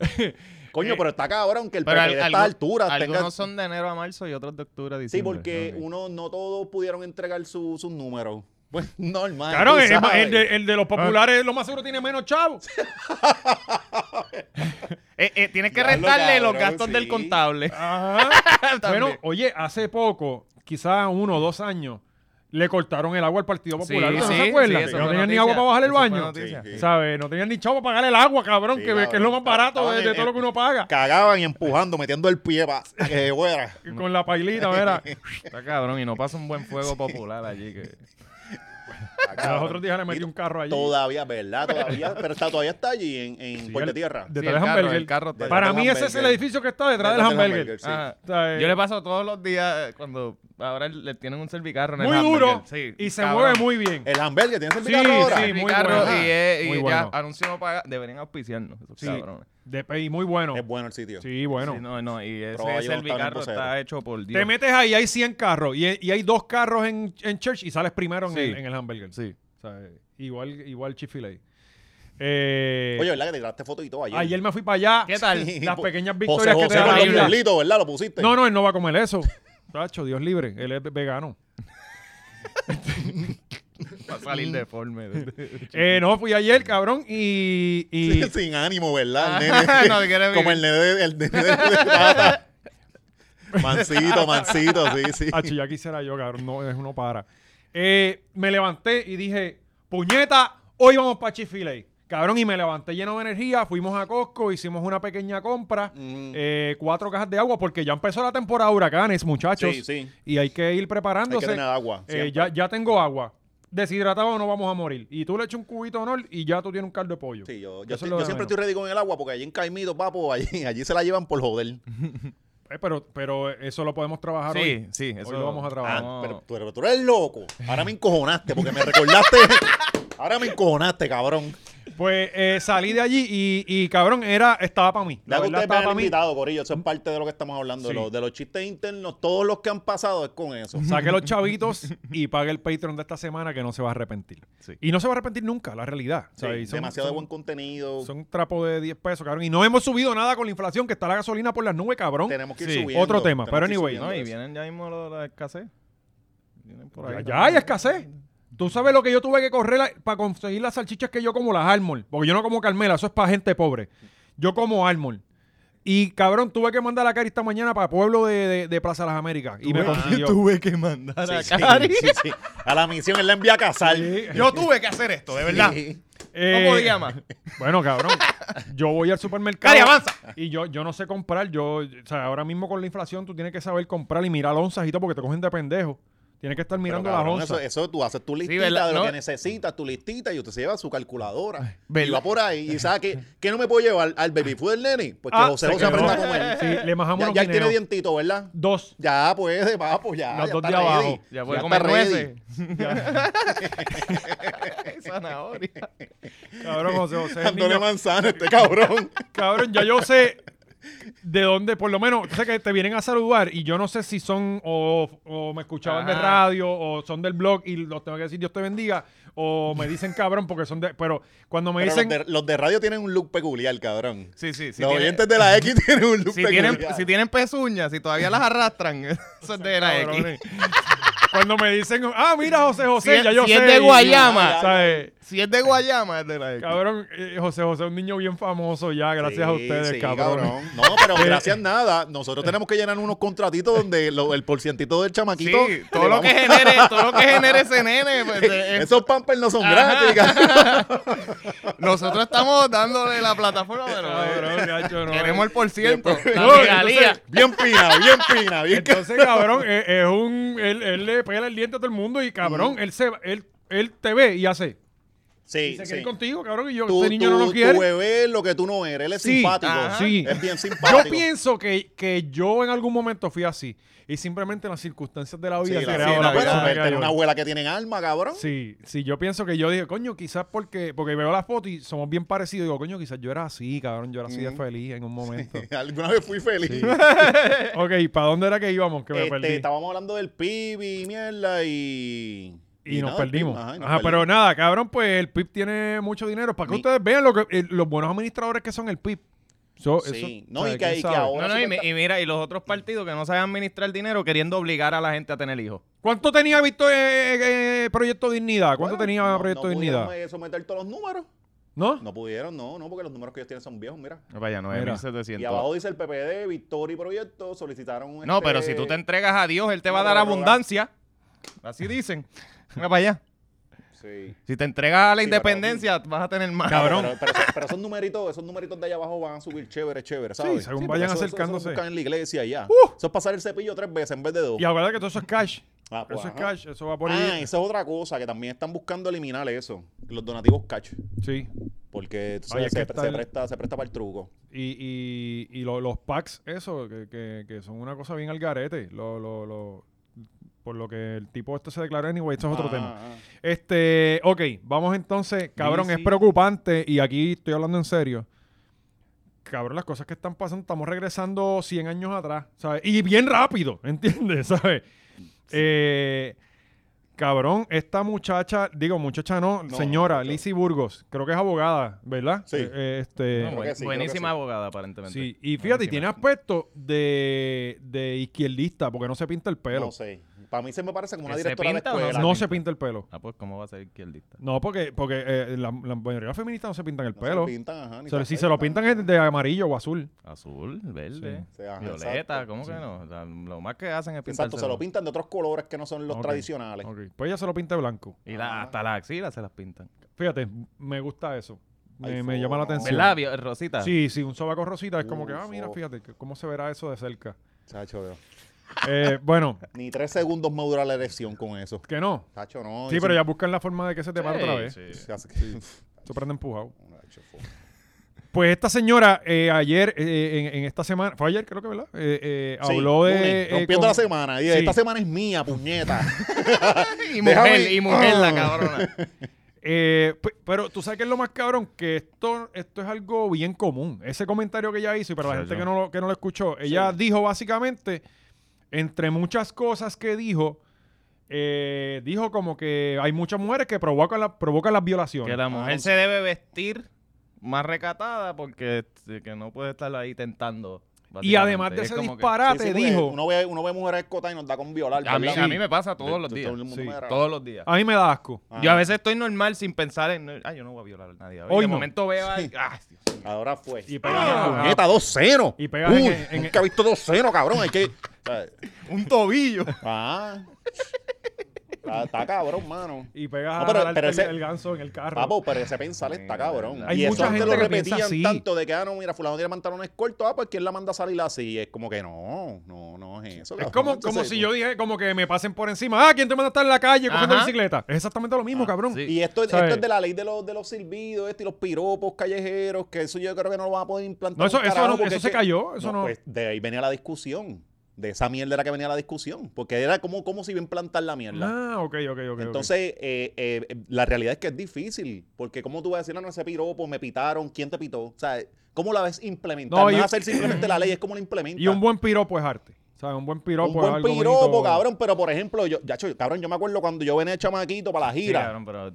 Eh, Coño, pero está cabrón que el Pero PPD al- a algún- estas alturas algunos tenga... son de enero a marzo y otros de octubre a Sí, diciembre. porque Ok. uno no todos pudieron entregar su- sus números. Pues normal. Cabrón, tú es más, sabes. el, de, el de los Ah. populares lo más seguro tiene menos chavos. Eh, eh, tienes que Diablo, restarle los cabrón, gastos del sí. contable. Ajá. También. Bueno, oye, hace poco, quizás uno o dos años, le cortaron el agua al Partido Popular. ¿No se acuerdan? eso Que no fue tenían ni noticia. agua para bajar el Eso fue baño. noticia. Sí, sí. ¿Sabes? No tenían ni chavo para pagar el agua, cabrón, Sí, que, que es lo más cabrón. barato de, de Estaban todo lo que uno paga. Cagaban y empujaando, metiendo el pie para que fuera. Con la pailita, ¿verdad? Está cabrón, y no pasa un buen fuego popular allí. Que... A los otros días le metí un carro allí. Todavía, ¿verdad? Todavía, pero está, todavía está allí en, en Sí, Puerto el- Tierra. Detrás Sí, el del carro, hamburger. el carro está- Para Detrás mí del ese es el hamburger. edificio que está detrás del Detrás del hamburger. hamburger, sí. Ajá. Está, eh, Yo le paso todos los días eh, cuando ahora le tienen un servicarro en el Muy duro hamburger. Sí, y se cabrón. mueve muy bien. El hamburger tiene Sí, servicio ahora. sí, muy Servicarro bueno. Y, eh, y Muy ya bueno. anuncio no paga. Deberían auspiciarnos. Esos Sí. cabrones. De, y muy bueno. Es bueno el sitio. Sí, bueno. Sí, no, no, y Probable ese yo no estaba en servicarro Posero. está hecho por Dios. Te metes ahí, hay 100 carros y, y hay dos carros en, en Church y sales primero en, Sí. el, en el hamburger. Sí. O sea, igual, igual Chick-fil-A. Oye, Eh, ¿verdad que te tiraste foto y todo ayer? ayer me fui para allá. ¿Qué tal? Sí, Las po- pequeñas José victorias que te José da dan con la los vida. diablitos, ¿verdad? Lo pusiste. No, no, él no va a comer eso. Tacho, Dios libre. Él es vegano. Va a Mm. salir deforme. Eh, no, fui ayer, cabrón, y... y- Sí, sin ánimo, ¿verdad? El Ah, nene, no, te quieres como vivir. el nene, de- el nene de Tata. Mancito, mancito, sí, sí. Tacho, ya quisiera yo, cabrón. No, es uno para. Eh, me levanté y dije, puñeta, hoy vamos para Chifile. Cabrón, y me levanté lleno de energía. Fuimos a Costco, hicimos una pequeña compra. Mm. eh, cuatro cajas de agua, porque ya empezó la temporada de huracanes, muchachos. Sí, sí. Y hay que ir Hay que preparándose. tener agua. Eh, siempre. ya, ya tengo agua. Deshidratado no vamos a morir. Y tú le echas un cubito de honor y ya tú tienes un caldo de pollo. Sí, yo, Eso yo, es estoy- lo yo de siempre menos. estoy ready con el agua porque allí en Caimito, papo, allí, allí se la llevan por joder. Eh, pero, pero eso lo podemos trabajar Sí, hoy. sí, Hoy eso lo vamos a trabajar. No. Ah, pero, tú, pero tú eres loco. Ahora me encojonaste porque me recordaste. ahora me encojonaste, cabrón. Pues eh, salí de allí y, y, cabrón, era, estaba para mí. La Ya que verdad ustedes estaba me para han mí. Mm. invitado, Corillo. Eso es parte de lo que estamos Sí. hablando. De, los, de los chistes internos, todos los que han pasado es con eso. Saque los chavitos y pague el Patreon de esta semana que no se va a arrepentir. Sí. Y no se va a arrepentir nunca, la realidad. Sí, ¿sabes? Y son- demasiado son- buen contenido. Son trapos de 10 pesos, cabrón. Y no hemos subido nada con la inflación, que está la gasolina por las nubes, cabrón. tenemos que ir Sí. subiendo. Otro tema, tenemos pero que ir anyway, subiendo No, y eso. vienen ya mismo lo- la escasez. Vienen por Ya, ahí. ya hay escasez. Tú sabes lo que yo tuve que correr para conseguir las salchichas que yo como las Armor. Porque yo no como Carmela, eso es para gente pobre. Yo como Armor. Y cabrón, tuve que mandar a Cari esta mañana para Pueblo de, de- de Plaza las Américas. Y me consiguió. tuve que mandar Sí, sí, sí, sí. A la misión él la envía a casar. Yo tuve que hacer esto, de verdad. Sí. Eh, No podía más. Bueno, cabrón, yo voy al supermercado. Cari, avanza. Y yo, yo no sé comprar. Yo, o sea, ahora mismo con la inflación tú tienes que saber comprar y mirar onzas y todo porque te cogen de pendejo. Tienes que estar Pero, mirando cabrón, las eso, onzas. eso tú haces tu listita ¿verdad? de lo No. que necesitas, tu listita, y usted se lleva su calculadora. Y ¿verdad? va por ahí. Y sabe que, ¿qué no me puedo llevar al baby food del nene. Pues que Ah, José se José quedó. aprenda a comer. Sí, le majamos Ya, los ya él tiene guineos. dientito, ¿verdad? Dos. Ya, pues, va, pues ya. Los ya dos está de ready. abajo. Ya puede está comer ready. nueces. Zanahoria. Cabrón, José José. el Dándole niño- manzana a este cabrón. Cabrón, ya yo sé de dónde, por lo menos, sé que te vienen a saludar y yo no sé si son o, o me escuchaban de Ajá. radio o son del blog y los tengo que decir Dios te bendiga o me dicen cabrón porque son de... Pero cuando me Pero dicen... los, de, los de radio tienen un look peculiar, cabrón. Sí, sí, sí. los tiene- oyentes de la X tienen un look si peculiar. tienen, si tienen pezuñas, si todavía las arrastran, eso es de la X. cabrones. eh. Cuando me dicen, ah, mira José José, Si es- ya yo si sé. es de y- Guayama. y- ¿sabes? Si es de Guayama, es de la X. Cabrón, eh, José José es un niño bien famoso ya, gracias a Sí, ustedes, sí, cabrón. No, pero gracias nada. Nosotros tenemos que llenar unos contratitos donde lo- el porcientito del Sí, chamaquito. le todo lo vamos- que genere, todo lo que genere ese nene, pues, de- es- Esos pampers no son Ajá. gratis. cabrón. nosotros estamos dándole la plataforma, pero pues, Cabrón, gacho, no. queremos el por ciento, la No, regalía. entonces- Bien pina, bien pina, bien ca- Entonces, cabrón, es, es un. Él, él le pega el diente a todo el mundo y, cabrón, él, se, él, él te ve y hace. Y Mm. Sí, se quiere sí. ir contigo, cabrón, y yo, Tú, este niño no tú- lo quiere. tu bebé es lo que tú no eres. Él es Sí, simpático. ajá. sí. Es bien Yo simpático. pienso que, que yo en algún momento fui así. Y simplemente las circunstancias de la Sí, vida la- sí, crearon sí, la la- persona bueno, que tener yo. una abuela que tiene alma, cabrón. Sí, sí, yo pienso que yo dije, coño, quizás porque, porque veo las fotos y somos bien parecidos. Digo, coño, quizás yo era así, cabrón, yo era así de Mm. feliz en un momento. Alguna vez fui feliz. ok, ¿para dónde era que íbamos? Que me Este, perdí. estábamos hablando del PIB y mierda y. Y, nos nada, el PIB, perdimos. Ajá, y nos pero perdimos. nada, cabrón, pues el PIB tiene mucho dinero. Para que Mi- ustedes vean lo que, eh, los buenos administradores que son el PIB. So- eso- Sí. No, ¿sabe? y que- ¿Quién y que sabe? ahora- No, no, y, mi- y mira, y los otros partidos que no saben administrar dinero queriendo obligar a la gente a tener hijos. ¿Cuánto tenía Victor, eh, eh, Proyecto Dignidad? ¿Cuánto Bueno, tenía no- Proyecto no pudieron, Dignidad? eh, someter todos los números. ¿No? No pudieron, no, no, porque los números que ellos tienen son viejos, mira. No, Vaya, Y 9.700. abajo dice el PPD, Victoria y Proyecto solicitaron. No, este, pero si tú te entregas a Dios, Él te va a No, dar pero- abundancia. Así dicen. Mira para allá. Sí. Si te entregas a la Sí, pero- independencia, vas a tener más. Cabrón. Pero, pero- pero esos numeritos, esos numeritos de allá abajo van a subir chévere, chévere, ¿sabes? según porque vayan eso- eso- eso lo acercándose. Uh. buscan en la iglesia y ya. Eso es pasar el cepillo tres veces en vez de dos. Y acuérdate que todo eso es cash. Ah, pues, eso es ajá. cash, eso va por Ah, ahí. esa es otra cosa que también están buscando eliminar eso, los donativos cash, Sí. porque Oye, tú sabes, es que se, está se el- presta, se presta para el truco. Y, y, y lo- los packs, eso, que, que, que son una cosa bien al garete. Lo, lo, lo- por lo que el tipo este se declaró anyway, esto es otro Ah, tema. ah. Este, ok, vamos entonces, cabrón, Sí, es sí. preocupante y aquí estoy hablando en serio. Cabrón, las cosas que están pasando, estamos regresando 100 años atrás, ¿sabes? Y bien rápido, ¿entiendes? ¿Sabes? Eh, cabrón, esta muchacha, digo muchacha no, No, señora, muchacho. Lizzie Burgos, creo que es abogada, ¿verdad? Sí. Eh, eh, este, No, buen- Creo que sí, creo que buenísima sí. abogada, aparentemente. Sí, y fíjate, y Buenísima. tiene aspecto de, de izquierdista, porque no se pinta el pelo. No sé. Para mí se me parece como una ¿Que se directora de pinta o no escuela. No se pinta el pelo. Ah, pues, ¿cómo va a ser izquierdista? No, porque, porque eh, la, la mayoría feministas no se pintan el No se pelo. pintan, ajá, ni O sea, si se afeitan. lo pintan es de amarillo o azul. Azul, verde, Sí, ajá, violeta, exacto. ¿cómo que no? La- lo más que hacen es pintarse. Exacto, se lo pintan de otros colores que no son los Ok. tradicionales. Ok, Pues ella se lo pinta de blanco. Y la- hasta las axilas se las pintan. Fíjate, me gusta eso. Me, Ay, me fo, llama la no. atención. ¿Verdad, bio- Rosita? Sí, sí, un sobaco rosita es como que, ah, Uf, mira, oh. fíjate, que cómo se verá eso de cerca. Chacho, veo. Eh, bueno, Ni tres segundos me dura la erección con eso. que no. Chacho, no. Sí, y pero si- ya buscan la forma de que se te para Sí, otra vez. sí. se hace que- Se prende empujado. Chacho, fo. Pues esta señora eh, ayer, eh, en, en esta semana, fue ayer creo que, ¿verdad? Eh, eh, Sí, habló de... lunes, eh, rompiendo con- la semana. Y Sí. Esta semana es mía, puñeta. Y mujer, Déjame- y mujer Ah. la cabrona. Eh, pe- pero tú sabes que es lo más cabrón, que esto, esto es algo bien común. Ese comentario que ella hizo, y para la Sí, gente yo- que no, lo, que no lo escuchó, ella Sí. dijo básicamente, entre muchas cosas que dijo, eh, dijo como que hay muchas mujeres que provocan, la- provocan las violaciones. Que la mujer se debe vestir más recatada porque este, que no puede estar ahí tentando. y además de básicamente. Es ese como que- disparate, Sí, sí, porque dijo... Uno ve, uno ve mujeres escotas y nos da con violar. a, mí, ¿verdad? a mí me pasa todos los Todo- días. todo el mundo Sí. me era- Todos los días. A mí me da asco. Ah, Yo a veces estoy normal sin pensar en. Ah, yo no voy a violar a nadie. Hoy Hoy de no. momento veo. a- Ah, Dios. Ahora fue. Y pega- Ah, puñeta, 2-0. Y pega en- Uy, en- en- nunca he visto 2-0, cabrón. Hay que. un tobillo. Ah. Está, está cabrón, mano. Y pegas No, pero- a jalarte pero el- ese- el ganso en el carro. Papo, pero ese pensar está cabrón. Hay y eso mucha antes gente lo que piensa repetían así. tanto de que, ah, no, mira, fulano tiene pantalones cortos, ah, pues ¿quién la manda a salir así? Y es como que no, no, no es eso. es cabrón. como, Entonces, como si yo dije, como que me pasen por encima. Ah, ¿quién te manda a estar en la calle cogiendo Ajá. bicicleta? Es exactamente lo Ah, mismo, cabrón. sí. Y esto, es- ¿Sabes? esto es de la ley de los, de los silbidos este, y los piropos callejeros, que eso yo creo que no lo van a poder implantar. No, eso, un eso, carajo, no- porque eso es se que- cayó. Eso no. Pues de ahí venía la discusión. De esa mierda era que venía la discusión. Porque era como, cómo se iba a implantar la mierda. ah, ok, ok, ok. ok. Entonces, eh, eh, la realidad es que es difícil, porque como tú vas a decir, "Ah, no, ese piropo, me pitaron, ¿quién te pitó? O sea, ¿cómo la ves implementar? No, No, y- es hacer simplemente la ley, es como la implementa. y un buen piropo es arte. O sea, un buen piropo ah, Un es buen algo piropo, bonito. cabrón, pero por ejemplo, yo, ya, cho- cabrón, yo me acuerdo cuando yo venía de chamaquito para la Sí, gira, cabrón, pero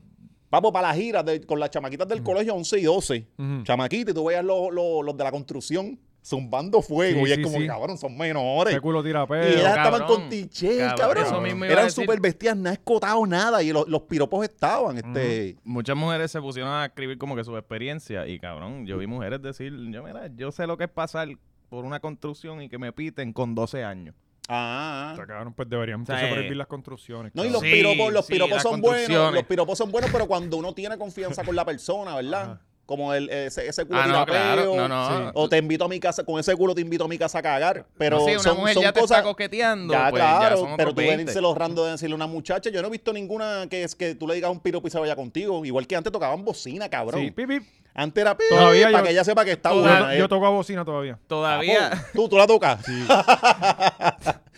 vamos para la gira de- con las chamaquitas Mm. del colegio 11 y 12, Ujú. chamaquita, y tú veías los, los- los de la construcción zumbando fuego, Sí, y es sí, como, sí. cabrón, son menores. Qué culo tira eh. Y pelo. ellas cabrón, estaban con tiché, cabrón, cabrón. eso mismo iba a Eran decir. súper vestidas, nada escotado, nada. Y los, los piropos estaban. Este, muchas mujeres se pusieron a escribir como que su experiencia y cabrón, yo vi mujeres decir, yo mira, yo sé lo que es pasar por una construcción y que me piten con 12 años. Ah. O sea, cabrón, pues deberían sea, entonces eh. prohibir las construcciones. No, y cabrón. los Sí, piropos, los sí, piropos las son buenos. Los construcciones. piropos son buenos, pero cuando uno tiene confianza con la persona, ¿verdad? Ajá. Como el, ese, ese culo Ah, no, tirapeo, claro, no, no. sí. O te invito a mi casa, con ese culo te invito a mi casa a cagar. Pero No, sí, una son, mujer son ya te cosas. está coqueteando, ya, pues, ya claro, son pero otros tú 20. venirse los rando de decirle a una muchacha. Yo no he visto ninguna que es que tú le digas un piropo y se vaya contigo. Igual que antes tocaban bocina, cabrón. Sí, pip, pip. Antes era pi, Todavía para yo- que ella sepa que está Yo, buena. to- eh. yo toco a bocina todavía. Todavía, Ah, po, Tú, tú la tocas.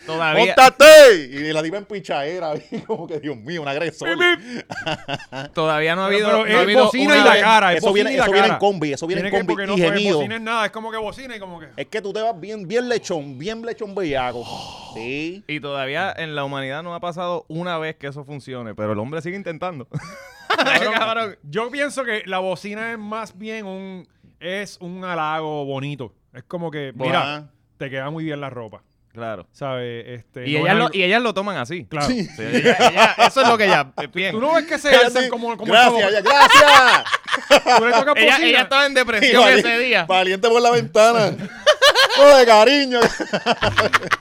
todavía, ¡Móntate! Y la diva en pichadera, como que Dios mío, un agresor. Pip, pip. todavía no ha habido, Pero no ha es habido bocina y una la vez- cara. Es eso bocina viene, y la eso viene en cara. combi, eso viene Tiene que, en combi porque no y pues, gemido. bocina es nada. Es como que bocina y como que. Es que tú te vas bien, bien lechón, bien lechón bellaco. Oh. Sí. Y todavía en la humanidad no ha pasado una vez que eso funcione, pero el hombre sigue intentando. Cabrón. Yo pienso que la bocina es más bien un es un halago bonito. Es como que, mira, Ajá. te queda muy bien la ropa, Claro. ¿sabes? Este, Y no ellas, es lo, algo- y ellas lo toman así. claro. Sí, ella- ella- eso es lo que ella eh, Tú piensa. no ves que se Ella alzan sí, como como gracias, esto- ya, gracias. tú le tocas Ella, bocina. ella estaba en depresión Y vali- ese día. Valiente por la ventana. Oh, de cariño.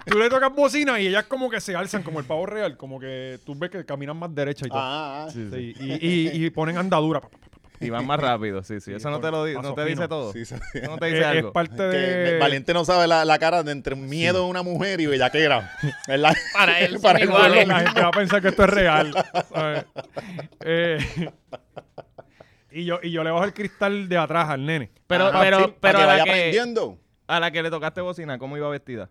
Tú le tocas bocina y ellas como que se alzan como el pavo real, como que tú ves que caminan más derecha y todo. Ah, ah. Sí, y, y- y ponen andadura. Pa, pa, pa, pa. Y van más rápido, sí, sí. Eso no te lo di- paso no te dice fino. todo. Sí, sí. Eso no te Es, dice es algo. parte de. Que Valiente no sabe la, la cara de entre miedo de una mujer y bellaquera. ¿Verdad? Para él son él no iguales. es lo La mismo. gente va a pensar que esto es real. ¿sabes? Eh, y, yo, y yo le bajo el cristal de atrás al nene. Pero, Ajá, pero, sí, para pero que a, vaya la que, aprendiendo. a la que le tocaste bocina, ¿cómo iba vestida?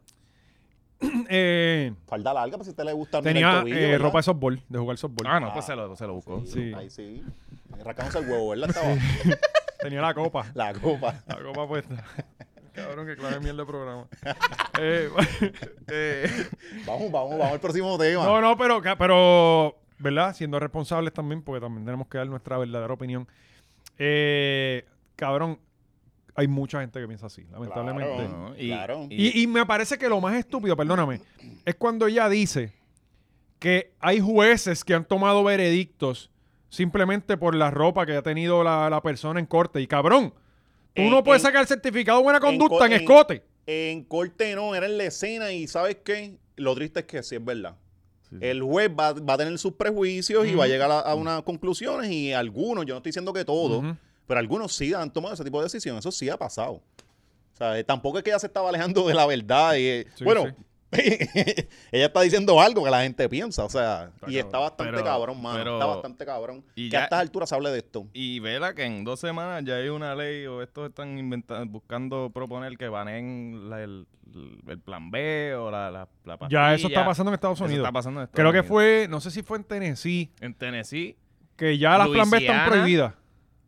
Eh, Falda larga, pues si a usted le gusta mira, el tenía tobillo, eh, ¿verdad? ropa de softball, de jugar softball. Ah, no, pues se lo, se lo buscó. Sí. Ahí sí. Rascándose el huevo, ¿verdad? Estaba Tenía la copa. la copa. La copa puesta. Cabrón, que clave mierda de programa. Eh, eh, Vamos, vamos, vamos al próximo tema. no, no, pero, ca- pero, ¿verdad? Siendo responsables también, porque también tenemos que dar nuestra verdadera opinión. Eh, cabrón, hay mucha gente que piensa así, lamentablemente. No, y- Claro. y- Y, y me parece que lo más estúpido, perdóname, es cuando ella dice que hay jueces que han tomado veredictos simplemente por la ropa que ha tenido la, la persona en corte. Y cabrón, tú En- no puedes en- sacar el certificado de buena en conducta en, co- en- escote. En corte no, era en la escena y ¿sabes qué? Lo triste es que sí es verdad. Sí. El juez va, va a tener sus prejuicios y va a llegar a, a unas conclusiones y algunos, yo no estoy diciendo que todos, Ujú. pero algunos sí han tomado ese tipo de decisión. Eso sí ha pasado. O sea, eh, tampoco es que ella se estaba alejando de la verdad. y, eh, Sí, bueno, ella está diciendo algo que la gente piensa. O sea, y está cabrón. bastante Pero- cabrón, mano. pero- está bastante cabrón. y que ya- a estas alturas se hable de esto. Y vela que en dos semanas ya hay una ley o estos están inventando, buscando proponer que baneen la- el, el plan B o la, la, la Ya eso está pastilla. pasando en Estados Eso Unidos. está pasando en Estados Creo que Unidos. fue, no sé si fue en Tennessee, en Tennessee. que ya las plan B están Luisiana. prohibidas.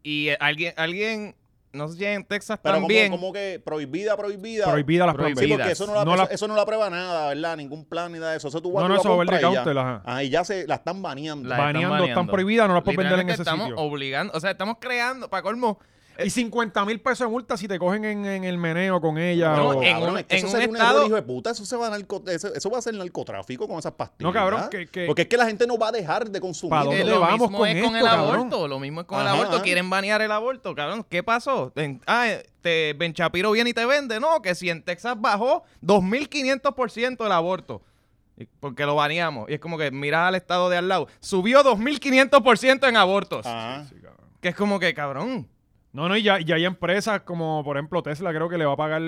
Y eh, alguien, alguien, no sé si en Texas Pero como, también. como que prohibida, prohibida. Prohibidas las plan Sí, B. Prohibidas. porque eso no, la, No eso, la- eso no la prueba nada, ¿verdad? Ningún plan ni nada de eso. Eso tú vas No, tú no, la eso es compras verde y ya. counter, ajá. Ah, y ya se la están baneando. La- Baneando, están están baneando. prohibidas, no las puedes vender en ese Literalmente estamos sitio. obligando, o sea, estamos creando, para colmo, Y 50 mil pesos de multa si te cogen en, en el meneo con ella. No, o- en Cabrón, un- es que en eso un sería un estado- error, hijo de puta. Eso, se va a narco- eso, eso va a ser narcotráfico con esas pastillas. No, cabrón, que- que- Porque es que la gente no va a dejar ¿Pa' de consumir. dónde? Eh, eso. le lo vamos mismo con es con esto, el cabrón? aborto, lo mismo es con Ajá. el aborto, quieren banear el aborto, cabrón, ¿qué pasó? En- ah, eh, te, ben Shapiro viene y te vende, no, que si en Texas bajó 2.500% el aborto. Y- Porque lo baneamos. Y es como que miras al estado de al lado. Subió 2.500% en abortos. Ajá. Sí, cabrón. Que es como que, cabrón. No, no, y ya, y hay empresas como, por ejemplo, Tesla, creo que le va a pagar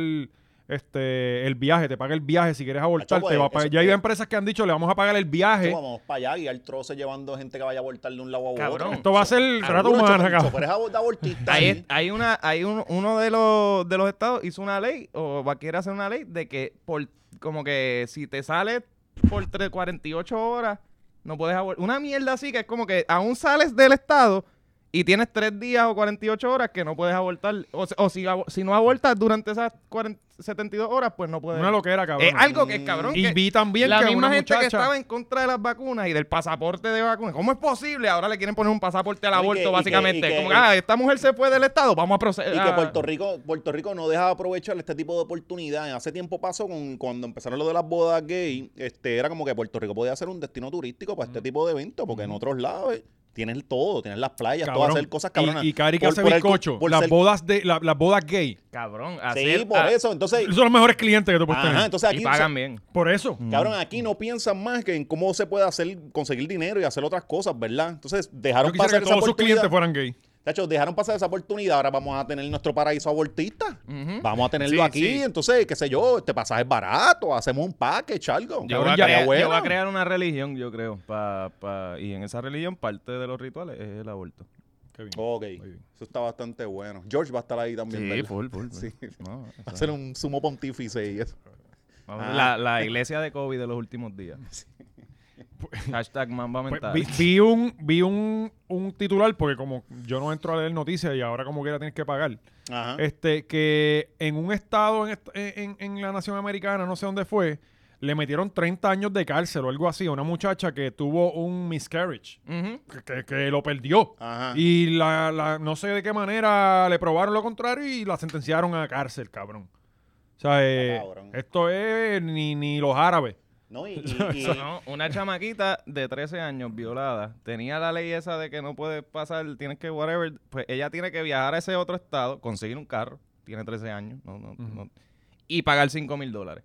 este el viaje, te paga el viaje si quieres abortar, Acho, te va a pues, pagar- eso- Ya hay empresas que han dicho, le vamos a pagar el viaje. Chico, Vamos para allá y al troce llevando gente que vaya a abortar de un lado a otro. Cabrón. Esto va a ser el trato Seguro, humano, chofer- cabrón. choferes abor- de abortistas. Hay, es- hay una, hay un- uno de los, de los estados hizo una ley, o va a querer hacer una ley, de que por como que si te sales por tre- 48 horas, no puedes abortar. Una mierda así que es como que aún sales del estado y tienes 3 días o 48 horas que no puedes abortar. O, se- o si, abo- si no abortas durante esas 40 72 horas, pues no puedes. Una loquera, cabrón. es algo que es cabrón. y que- vi también la Pues que misma una gente muchacha, que estaba en contra de las vacunas y del pasaporte de vacunas. ¿Cómo es posible? Ahora le quieren poner un pasaporte al No, y aborto, que- y que- básicamente. y que- Como que, ah, esta mujer se fue del Estado, vamos a proceder. Ah, Y que a- Puerto Rico, Puerto Rico no deja de aprovechar este tipo de oportunidades. Hace tiempo pasó con cuando empezaron lo de las bodas gay, este, era como que Puerto Rico podía ser un destino turístico para este tipo de eventos, porque en otros lados eh, tienes todo, tienes las playas, cabrón. todo hacer cosas Y- cabronas. Y, Cari que Por- hace por el- bizcocho, por las, ser- bodas de, la- las bodas gay. Cabrón, Sí, hacer- por a- eso. Entonces, Esos son los mejores clientes que tú puedes ajá, tener. entonces aquí Y pagan bien. Por eso. Cabrón, aquí no piensan más que en cómo se puede hacer, conseguir dinero y hacer otras cosas, ¿verdad? Entonces, Yo dejaron quisiera pasar que esa todos sus clientes fueran oportunidad. gay. Tacho, dejaron pasar esa oportunidad, ahora vamos a tener nuestro paraíso abortista. Ujú. Vamos a tenerlo Sí, aquí, sí. entonces, qué sé yo, este pasaje es barato, hacemos un package, algo. Yo, Cabrón, voy a ya- crear, Estaría yo voy a bueno. crear una religión, yo creo. pa- pa- y en esa religión, parte de los rituales es el aborto. Ok, Muy bien. eso está bastante bueno. George va a estar ahí también, ¿verdad? full, full. Sí. No, eso- Va a ser un sumo pontífice y eso. Ah. Vamos, la, la iglesia de COVID de los últimos días. Hashtag mamba Pues, mental. vi, vi un, vi un, un titular, porque como yo no entro a leer noticias y ahora como quiera tienes que pagar, Ajá. este que en un estado en, est- en- en la nación americana, no sé dónde fue, le metieron 30 años de cárcel o algo así a una muchacha que tuvo un miscarriage, Ujú. que, que- que lo perdió. Ajá. Y la, la- no sé de qué manera le probaron lo contrario y la sentenciaron a cárcel, cabrón. O sea, eh, Ah, cabrón. esto es ni, ni los árabes. No, y, y- y- Eso no, una chamaquita de 13 años violada tenía la ley esa de que no puedes pasar, tienes que whatever. Pues ella tiene que viajar a ese otro estado, conseguir un carro, tiene 13 años, no, no, Ujú. no, y pagar 5 mil dólares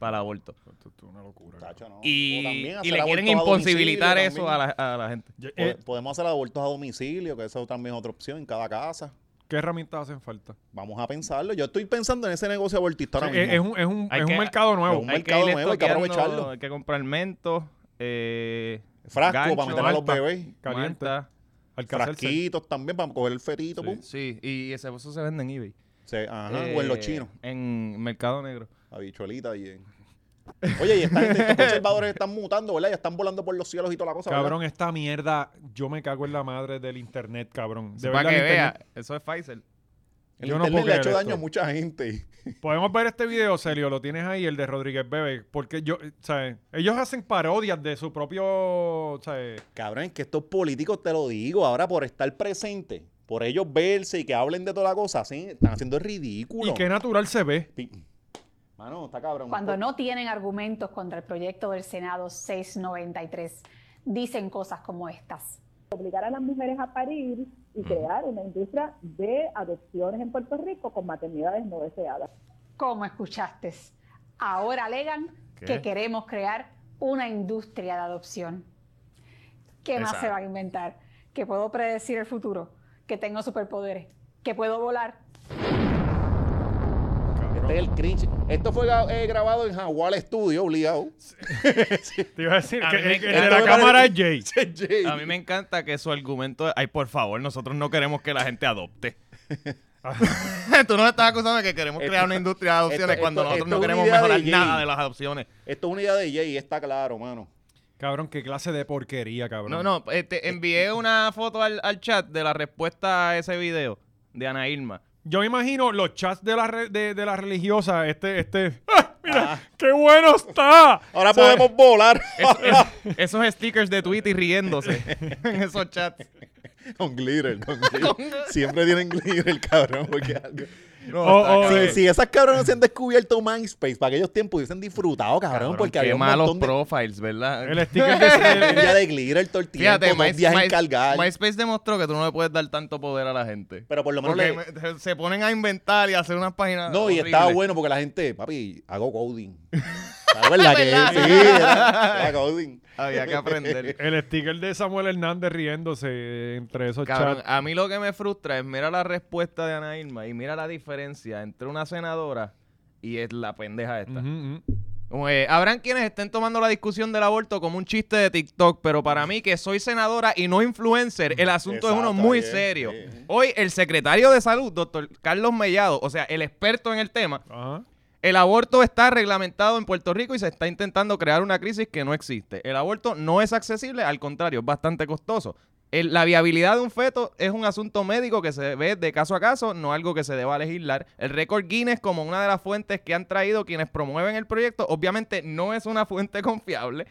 para el aborto. Esto, esto es una locura. Tacho, no. O Y, también y hacer le quieren abortos a imposibilitar domicilio eso a también. la, a la gente. Yo- eh, Pod- Podemos hacer abortos a domicilio, que eso también es otra opción en cada casa. ¿Qué herramientas hacen falta? Vamos a pensarlo. Yo estoy pensando en ese negocio abortista ahora Sí, es, mismo. es un, es un- Hay es un que- mercado nuevo. un Hay que, mercado irle nuevo, hay que estoqueando, aprovecharlo. Hay que comprar mentos, eh, Frasco para gancho, meter a los malta. bebés. Caliente. malta. Al que hacerse. Frasquitos también para coger el fetito. Sí. pum. Sí, y ese, eso se vende en eBay. Se- ajá, o en los Eh, chinos. En Mercado Negro. Habichuelita y en- Oye, y están, estos conservadores están mutando, ¿verdad? Ya están volando por los cielos y toda la cosa. ¿verdad? Cabrón, esta mierda, yo me cago en la madre del internet, cabrón. De verdad, para que el vea, internet- eso es Pfizer. El yo no puedo internet le ha creer hecho esto. daño a mucha gente. Podemos ver este video, Celio, lo tienes ahí, el de Rodríguez Bebe, porque yo, eh, ¿sabes? Ellos hacen parodias de su propio, ¿sabes? Cabrón, es que estos políticos, te lo digo, ahora por estar presente, por ellos verse y que hablen de toda la cosa, hacen- están haciendo el ridículo. Y qué natural se ve. Pi- Mano, está cabrón. Cuando no tienen argumentos contra el proyecto del Senado 693, dicen cosas como estas. obligar a las mujeres a parir y crear una industria de adopciones en Puerto Rico con maternidades no deseadas. Como escuchaste, ahora alegan que queremos crear una industria de adopción. ¿Qué más se va a inventar? Que puedo predecir el futuro, que tengo superpoderes, que puedo volar. Este es el cringe. Esto fue gra- eh, grabado en Jaguar Studio, obligado. Te iba a decir A que, mí me que- que encanta. la Esto me cámara es parece- Jay. A mí me encanta que su argumento es, ay, por favor, nosotros no queremos que la gente adopte. Ah. Tú nos estás acusando de que queremos Esto- crear una industria de adopciones esto- cuando esto- nosotros esto no es una queremos idea de mejorar Jay. nada de las adopciones. Esto es una idea de Jay, está claro, mano. Cabrón, qué clase de porquería, cabrón. No, no, este, envié una foto al, al chat de la respuesta a ese video de Ana Irma. Yo me imagino los chats de la, re- de, de la religiosa, este, este, ¡Ah, mira, qué bueno está. Ahora ¿Sabes? podemos volar Es- es- esos stickers de Twitter riéndose en esos chats. con glitter. Con glitter. Siempre tienen glitter, cabrón. Porque algo- No, eh. Oh, está oh, cabrón. Si, si esas cabronas se han descubierto MySpace para aquellos tiempos, hubiesen disfrutado, cabrón, Cabrón, porque qué había un malos montón de profiles, ¿verdad? El sticker de día de glitter todo el tiempo, Fíjate, dos My- días My- en cargar. MySpace demostró que tú no le puedes dar tanto poder a la gente. Pero por lo menos Porque le- me- se- se ponen a inventar y a hacer unas páginas. No, y horribles. estaba bueno porque la gente, papi, hago coding. La verdad que sí. era- era Godin. Había que aprender. El sticker de Samuel Hernández riéndose entre esos Cabrón, chats. a mí lo que me frustra es mira la respuesta de Ana Irma y mira la diferencia entre una senadora y es la pendeja esta. Ujú, ujú. Como que Habrán quienes estén tomando la discusión del aborto como un chiste de TikTok, pero para mí que soy senadora y no influencer, el asunto es uno Exacto, muy bien, serio. bien. Hoy el secretario de salud, doctor Carlos Mellado, o sea, el experto en el tema, Ajá. el aborto está reglamentado en Puerto Rico y se está intentando crear una crisis que no existe. El aborto no es accesible, al contrario, es bastante costoso. El- la viabilidad de un feto es un asunto médico que se ve de caso a caso, no algo que se deba legislar. El récord Guinness, como una de las fuentes que han traído quienes promueven el proyecto, obviamente no es una fuente confiable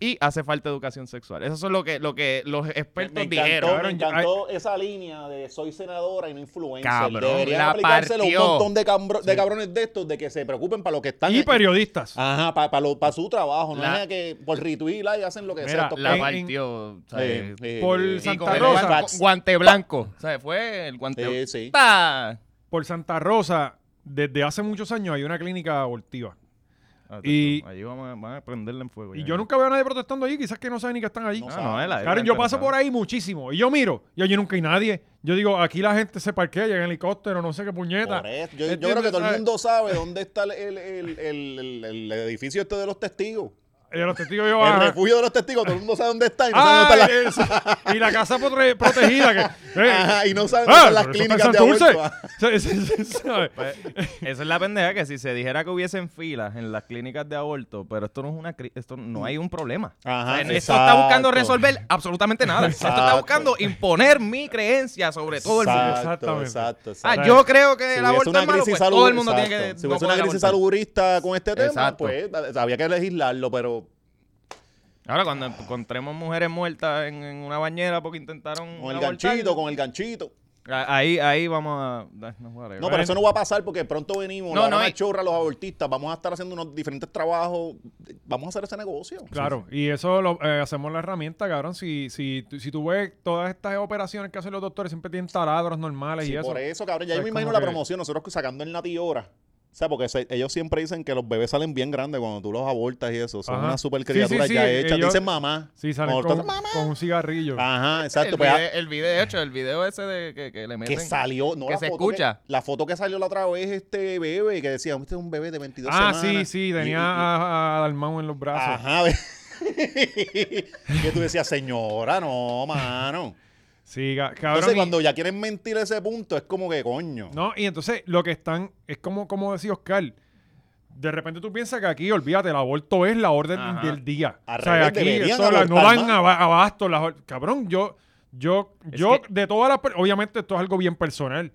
y hace falta educación sexual. Eso es lo que, lo que los Me, expertos me dijeron. encantó, cabrón, me yo- encantó esa línea de soy senadora y no influencer. Cabrón, Deberían la aplicárselo a partió. un montón de, cambro- de cabrones de estos de que se preocupen para lo que están. Y periodistas. Ajá, para su trabajo. No La- es que por retweet y hacen lo que Mira, sea. estos La En- cabrones. partió. ¿sabes? Eh, eh, por eh, Santa Y con el Rosa. guan- Facts. guante blanco. O sea, fue el guante. Ah. Sí, sí. ¡Pa! Por Santa Rosa, desde hace muchos años hay una clínica abortiva. Ah, Y- Allí vamos a- van a prenderle en fuego. Y ya. yo nunca veo a nadie protestando allí, quizás que no saben ni que están allí. No Ah, no, es la- es la Cabrón, yo paso interesante. por ahí muchísimo. Y yo miro, y allí nunca hay nadie. Yo digo, aquí la gente se parquea, llega en helicóptero, no sé qué puñeta. Por eso. Yo, yo ¿Entiendes? creo que todo el ¿Sabes? mundo sabe dónde está el, el- el- el- el- el edificio este de los testigos. Y a los testigos yo, El ajá. refugio de los testigos, todo el mundo sabe dónde está y no Ah, sabe dónde eso. Y la casa potre- protegida. Que, eh, está la- Ajá, y no sabe dónde están las pero eso está en clínicas de Santurce. Sí, aborto. sí, sí, ¿sabes? Pues, esa es la pendeja que si se dijera que hubiesen filas en las clínicas de aborto, pero esto no es una cri- esto no hay un problema. Ajá, O sea, esto exacto. está buscando resolver absolutamente nada. Esto está Exacto. buscando imponer mi creencia sobre todo el mundo. Exacto, Exactamente. exacto, exacto. Ah, yo creo que Si el hubiese aborto una es malo, crisis pues, todo el salud- mundo tiene exacto. que Si hubiese no una poder crisis abortar. salubrista con este tema, Exacto. Mm, pues había que legislarlo, pero Ahora cuando encontremos mujeres muertas en, en una bañera porque intentaron con el abortar, ganchito, con el ganchito. a- ahí ahí vamos a no, whatever. No, pero eso no va a pasar porque pronto venimos, No, no, no no, hay- chorra a los abortistas, vamos a estar haciendo unos diferentes trabajos, vamos a hacer ese negocio. Claro, y eso lo eh, hacemos la herramienta, cabrón. Si, si, tú- si tú ves todas estas operaciones que hacen los doctores, siempre tienen taladros normales Sí, y eso. por eso, cabrón. O Ya sea, yo me es imagino como la que- promoción, nosotros sacando el nati hora. O sea, porque se- ellos siempre dicen que los bebés salen bien grandes cuando tú los abortas y eso. Son Ajá. unas super Sí, sí, criaturas sí, ya hechas. ellos- Dicen mamá. Sí, salen Cuando con, estás- con un cigarrillo. Ajá, el, exacto. pues, video, el video, de hecho, el video ese de que, que le que meten. salió, no que la se foto escucha. Que, la foto que salió la otra vez, este bebé, que decía, este es un bebé de 22 ah, semanas. sí, sí, Y- tenía y- y- a, a Dalmau en los brazos. Ajá, ve. que tú decías, señora, no, mano. Sí, ca- cabrón. Entonces, y- cuando ya quieren mentir ese punto, es como que coño. No, y entonces lo que están, es como, como decía Oscar, de repente tú piensas que aquí, olvídate, el aborto es la orden Ajá. del día. Al o sea, revés, aquí deberían esto la- no abortar dan más. aba- abasto. las or- cabrón, yo, yo, Es yo, que- Mm. de todas las, per- obviamente esto es algo bien personal,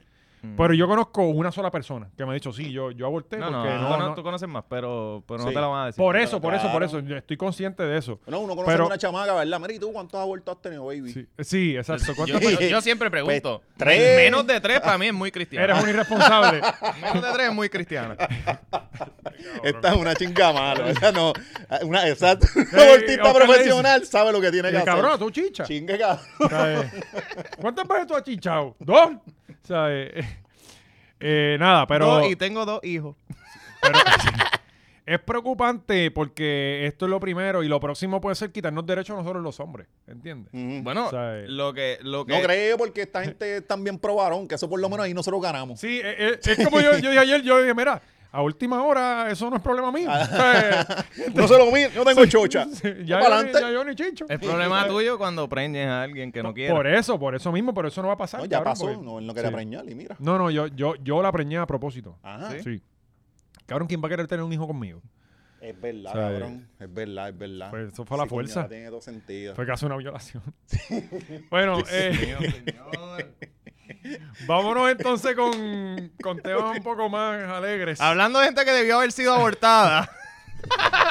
pero yo conozco una sola persona que me ha dicho, sí, yo, yo aborté No, no, porque tú no, cono- no". tú conoces más, pero, pero no Sí. te la van a decir. Por eso, por eso, por Claro. eso, yo estoy consciente de eso. No, uno conoce Pero- a una chamaca, ¿verdad? Mary, ¿tú cuántos abortos has tenido, baby? Sí, sí, exacto. ¿Cuántas Yo, per- yo- yo siempre pregunto. Pues, tres. Menos de tres para mí es muy cristiano. Eres un irresponsable. Menos de tres es muy cristiano. Esta es una chinga mala, ¿verdad? No, una, exacto. Un Ey, abortista Oscar le profesional sabe lo que tiene que Eh, hacer. cabrón, tú chicha. Chingue, cabrón. ¿Sabes? ¿Cuántas veces tú has chichado? ¿Dos? ¿Sabes? Eh, nada, pero Dos, y tengo dos hijos. es preocupante porque esto es lo primero y lo próximo puede ser quitarnos derechos a nosotros los hombres, ¿entiendes? Ujú. Bueno, ¿Sabes? lo que. Lo que No creo porque esta gente también probaron que eso por lo menos ahí nosotros ganamos. Sí, eh, eh, es, como yo, yo dije ayer, yo dije, mira, a última hora eso no es problema mío. ¿Sabes? No se lo mío, no tengo chocha. ya, para yo, adelante. ya yo ni chicho. es problema tuyo cuando preñes a alguien que no quiere. Por eso, por eso mismo, pero eso no va a pasar. No, ya cabrón, pasó, porque- no, él no quería Sí. preñar y mira. No, no, yo, yo, yo la preñé a propósito. Ajá. ¿Sí? Cabrón, ¿quién va a querer tener un hijo conmigo? Es verdad, O sea, cabrón. Es verdad, es verdad. Pues eso fue la Sí, coño, fuerza. ahora tiene todo sentido. Fue casi una violación. bueno, eh, Señor. vámonos entonces con, con temas un poco más alegres. Hablando de gente que debió haber sido abortada.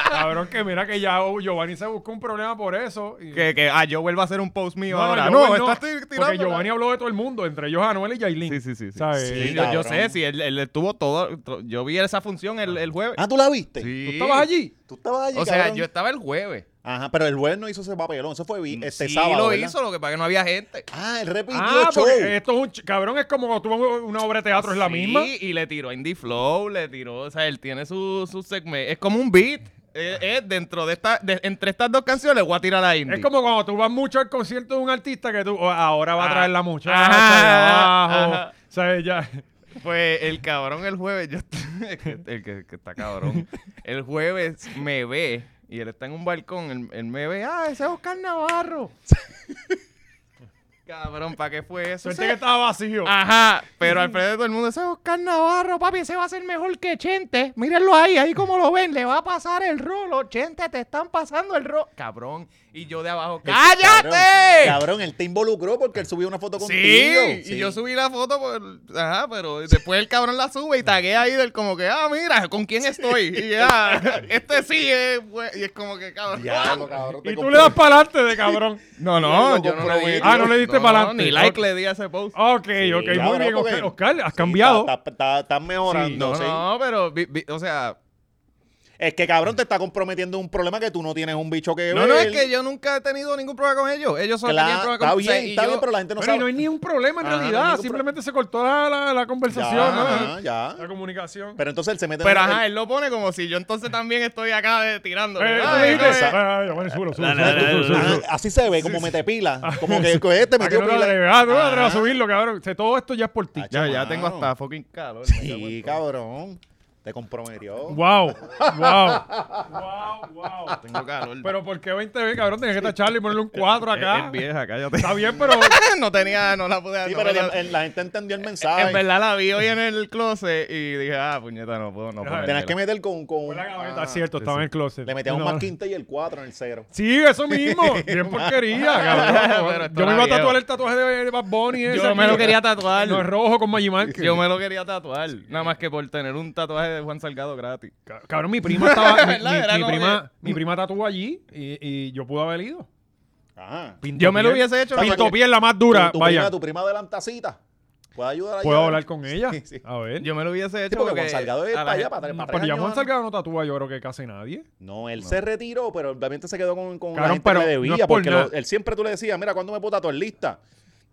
Cabrón, que mira que ya Giovanni se buscó un problema por eso. y- que, que, ah, yo vuelvo a hacer un post mío ahora. Giovanni No, no, estás tir- Porque tirando. Giovanni habló de todo el mundo, entre ellos Anuel y Yailin. Sí, sí, sí. sí. ¿Sabes? Sí, Sí, yo, yo sé, cabrón. sí, él, él estuvo todo. to- Yo vi esa función el, el jueves. Ah, ¿tú la viste? Sí. ¿Tú estabas allí? Tú estabas allí, O sea, cabrón. yo estaba el jueves. Ajá, pero el juez no hizo ese papelón. Eso fue vi- este sí, sábado, lo ¿verdad? hizo, lo que para que no había gente. Ah, él repitió Ah, show. porque eh, esto es un... ch- Cabrón, es como cuando tú vas a una obra de teatro, es la Sí, misma. y le tiró a Indie Flow, le tiró, o sea, él tiene su, su segmento. Es como un beat. Eh, eh, dentro de esta, de- entre estas dos canciones voy a tirar la indie. Es como cuando tú vas mucho al concierto de un artista que tú oh, ahora va a Ah. traer la muchacha Ajá, de abajo. ajá. O sea, ya. Pues el cabrón el jueves, yo el, que, el que- que está cabrón, el jueves me ve y él está en un balcón, él, él me ve, ah, ese es Oscar Navarro. cabrón, ¿para qué fue eso? Suerte Ese- que estaba vacío. Ajá, pero al frente de todo el mundo, ese es Oscar Navarro, papi, ese va a ser mejor que Chente. Mírenlo ahí, ahí como lo ven, le va a pasar el rolo. Chente, te están pasando el rolo. Cabrón, y yo de abajo, Cabrón, ¡cállate! Cabrón, él te involucró porque él subió una foto contigo. Sí, Sí. y yo subí la foto, por- ajá, pero después el cabrón la sube y tagué ahí del como que, ah, mira, ¿con quién estoy? Y ya, este sí es, bue- y es como que, cabrón. Diablo, cabrón. te Y tú compró- le das para adelante de cabrón. No, no, no, yo yo no no le le di- di. Ah, no le diste pa'lante. Ni like le di a ese post. Ok, Sí, ok, muy cabrón, bien, porque- Oscar. Oscar, has sí, cambiado. Estás está, está mejorando, No, sí. no, pero, vi- vi- o sea, Es que, cabrón, te está comprometiendo un problema que tú no tienes un bicho que no, ver. no, es que yo nunca he tenido ningún problema con ellos. Ellos son Claro, está bien, y está yo- bien, pero la gente no Bueno, y sabe. no hay ni un problema en Ajá, no hay realidad. ningún Simplemente se cortó la, la- la conversación, ya, ¿no? ya. la comunicación. Pero entonces él se mete Pero en el- ajá, él lo pone como si yo entonces también estoy acá de, tirando. Eh, ¿verdad? tú dijiste, Entonces, exacto. "Ah, bueno, súbelo, súbelo, Dale, dale, súbelo, súbelo, Ah, súbelo". así se ve, como mete pila. Como que que este Ah, que metió no te atreves, pila. ah, tú no te atreves a Ajá. subirlo, cabrón. O sea, todo esto ya es por ti. Ah, Ya, ya tengo Mano. hasta fucking calor. me cago Sí, en todo. cabrón. Te comprometió. Wow, wow, wow, wow. Tengo calor. Pero ¿por qué 20 B, cabrón? Tienes que tacharle y ponerle un 4 Es, acá. es vieja, cállate. Está bien, pero no tenía, no la pude Sí, no pero me la- la, la gente entendió el mensaje. En verdad la vi hoy en el closet y dije, ah, puñeta, no puedo, no Ajá. puedo. Tenías que meter con. con fue la gaveta, Ah, cierto, estaba en el closet. Le metíamos No, más no. quinta y el 4 en el 0. Sí, eso mismo. Bien porquería, Pero cabrón. esto Yo me era iba a tatuar viejo. el tatuaje de Bad Bunny. ese Yo me lo aquí. quería tatuar. No es rojo con Magic Marker. Yo me lo quería tatuar. Nada más que por tener un tatuaje de Juan Salgado gratis. Ca- Cabrón, mi prima estaba. mi, ¿Verdad? mi- Era mi como prima, que- mi prima tatuó allí y, y yo pude haber ido. Ajá. Yo me lo piel. hubiese hecho. Pinto piel, la más dura. tu, tu Vaya. Prima, tu prima de la antacita. ¿Puedo ayudar ahí? Puedo hablar con ella. Sí, sí. A ver. Yo me lo hubiese Sí, hecho. porque Juan Salgado es a la para allá, gente- para tres- No, para pero tres ya años Juan antes. Salgado no tatúa, yo creo que casi nadie. No, él se retiró, pero obviamente se quedó con, con la Cabrón, gente que pero le no debía. es por porque lo- nada. él siempre tú le decías, mira, ¿cuándo me puedo tatuar lista?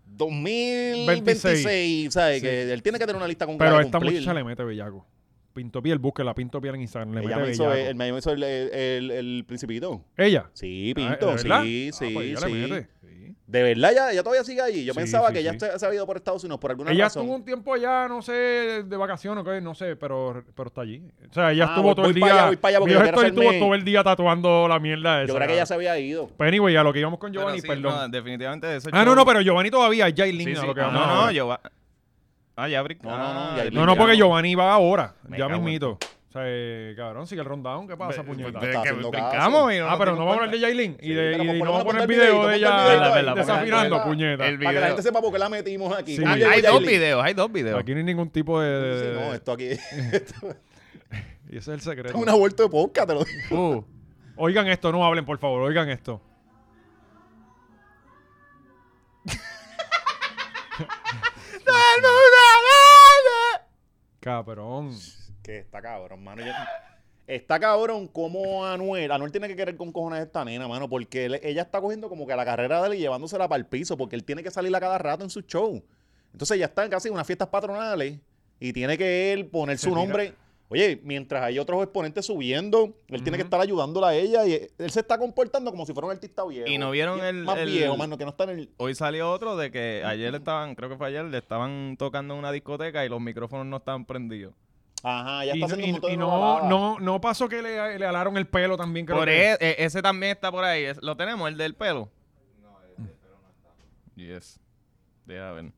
2026, ¿sabes? Que él tiene que tener una lista con Pero que esta cumplir. muchacha le mete bellaco. Pinto piel, búsquela, pinto piel en Instagram. Le Ella mete me hizo, bellaco. el, me hizo el, el, el- el principito. Ella. Ah, Sí, ¿de Pinto, verdad? sí, Ah, sí, pues ella le sí. mete. Sí. De verdad, ya, ya todavía sigue allí. Yo Sí, pensaba sí, que ya sí. se se había ido por Estados Unidos por alguna Ella razón. estuvo un tiempo allá, no sé, de vacaciones, ok, no sé, pero, pero está allí. O sea, ella Ah, estuvo voy- todo el voy día. pa' allá, voy pa' allá mi porque yo hija quiero estuvo hacerme- todo el día tatuando la mierda esa. Yo creo que ella se cabrón. había ido. Pero anyway, a lo que íbamos con Pero Giovanni, sí, perdón. no, definitivamente eso. ah, no, no, pero Giovanni todavía es Jailin. Sí, sí. a lo que No, vamos no, ahora. yo va. Ah, ya abrí. No, no, Ah, no, ya abrí. No, no, porque Giovanni va ahora, Me ya cago en- mismito. O sea, eh, cabrón, sigue el rundown, ¿qué pasa, puñeta? ve- está haciendo caso. Pues brincamos y no pues, Ah, pero nos no vamos a dimos hablar de Jailin y, Sí, de, pero y ponemos- no vamos a poner ponte el video de videito, ponte el ella ahí, videito ponte el desafinando, videito. puñeta. El Para que la video. gente sepa por qué la metimos aquí. Ah, Sí. ¿Cómo Hay- llegó cuenta. Hay dos Yailin? videos, hay dos videos. Aquí no hay ningún tipo de... Sí, de- no, esto aquí Y ese es el secreto. es un aborto de podcast, te lo digo. Uh, oigan esto, no hablen, por favor, oigan esto. Cabrón. Que está cabrón, mano. Yo- Está cabrón como Anuel. Anuel tiene que querer con cojones a esta nena, mano, porque él- ella está cogiendo como que la carrera de él y llevándosela para el piso, porque él tiene que salir a cada rato en su show. Entonces ya están casi en unas fiestas patronales y tiene que él poner su nombre. Oye, mientras hay otros exponentes subiendo, él tiene que estar ayudándola a ella y él se está comportando como si fuera un artista viejo. Y no vieron el- Más el- viejo, mano, que no está en el. Hoy salió otro de que ayer estaban, creo que fue ayer, le estaban tocando en una discoteca y los micrófonos no estaban prendidos. Ajá, ya Y, está no- haciendo y- un montón y de no, babaladas. no, no pasó que le, le alaron el pelo también, creo Por que. e- e- ese también está por ahí. Es- ¿Lo tenemos, el del pelo? No, el del pelo no está. Yes. Deja ver.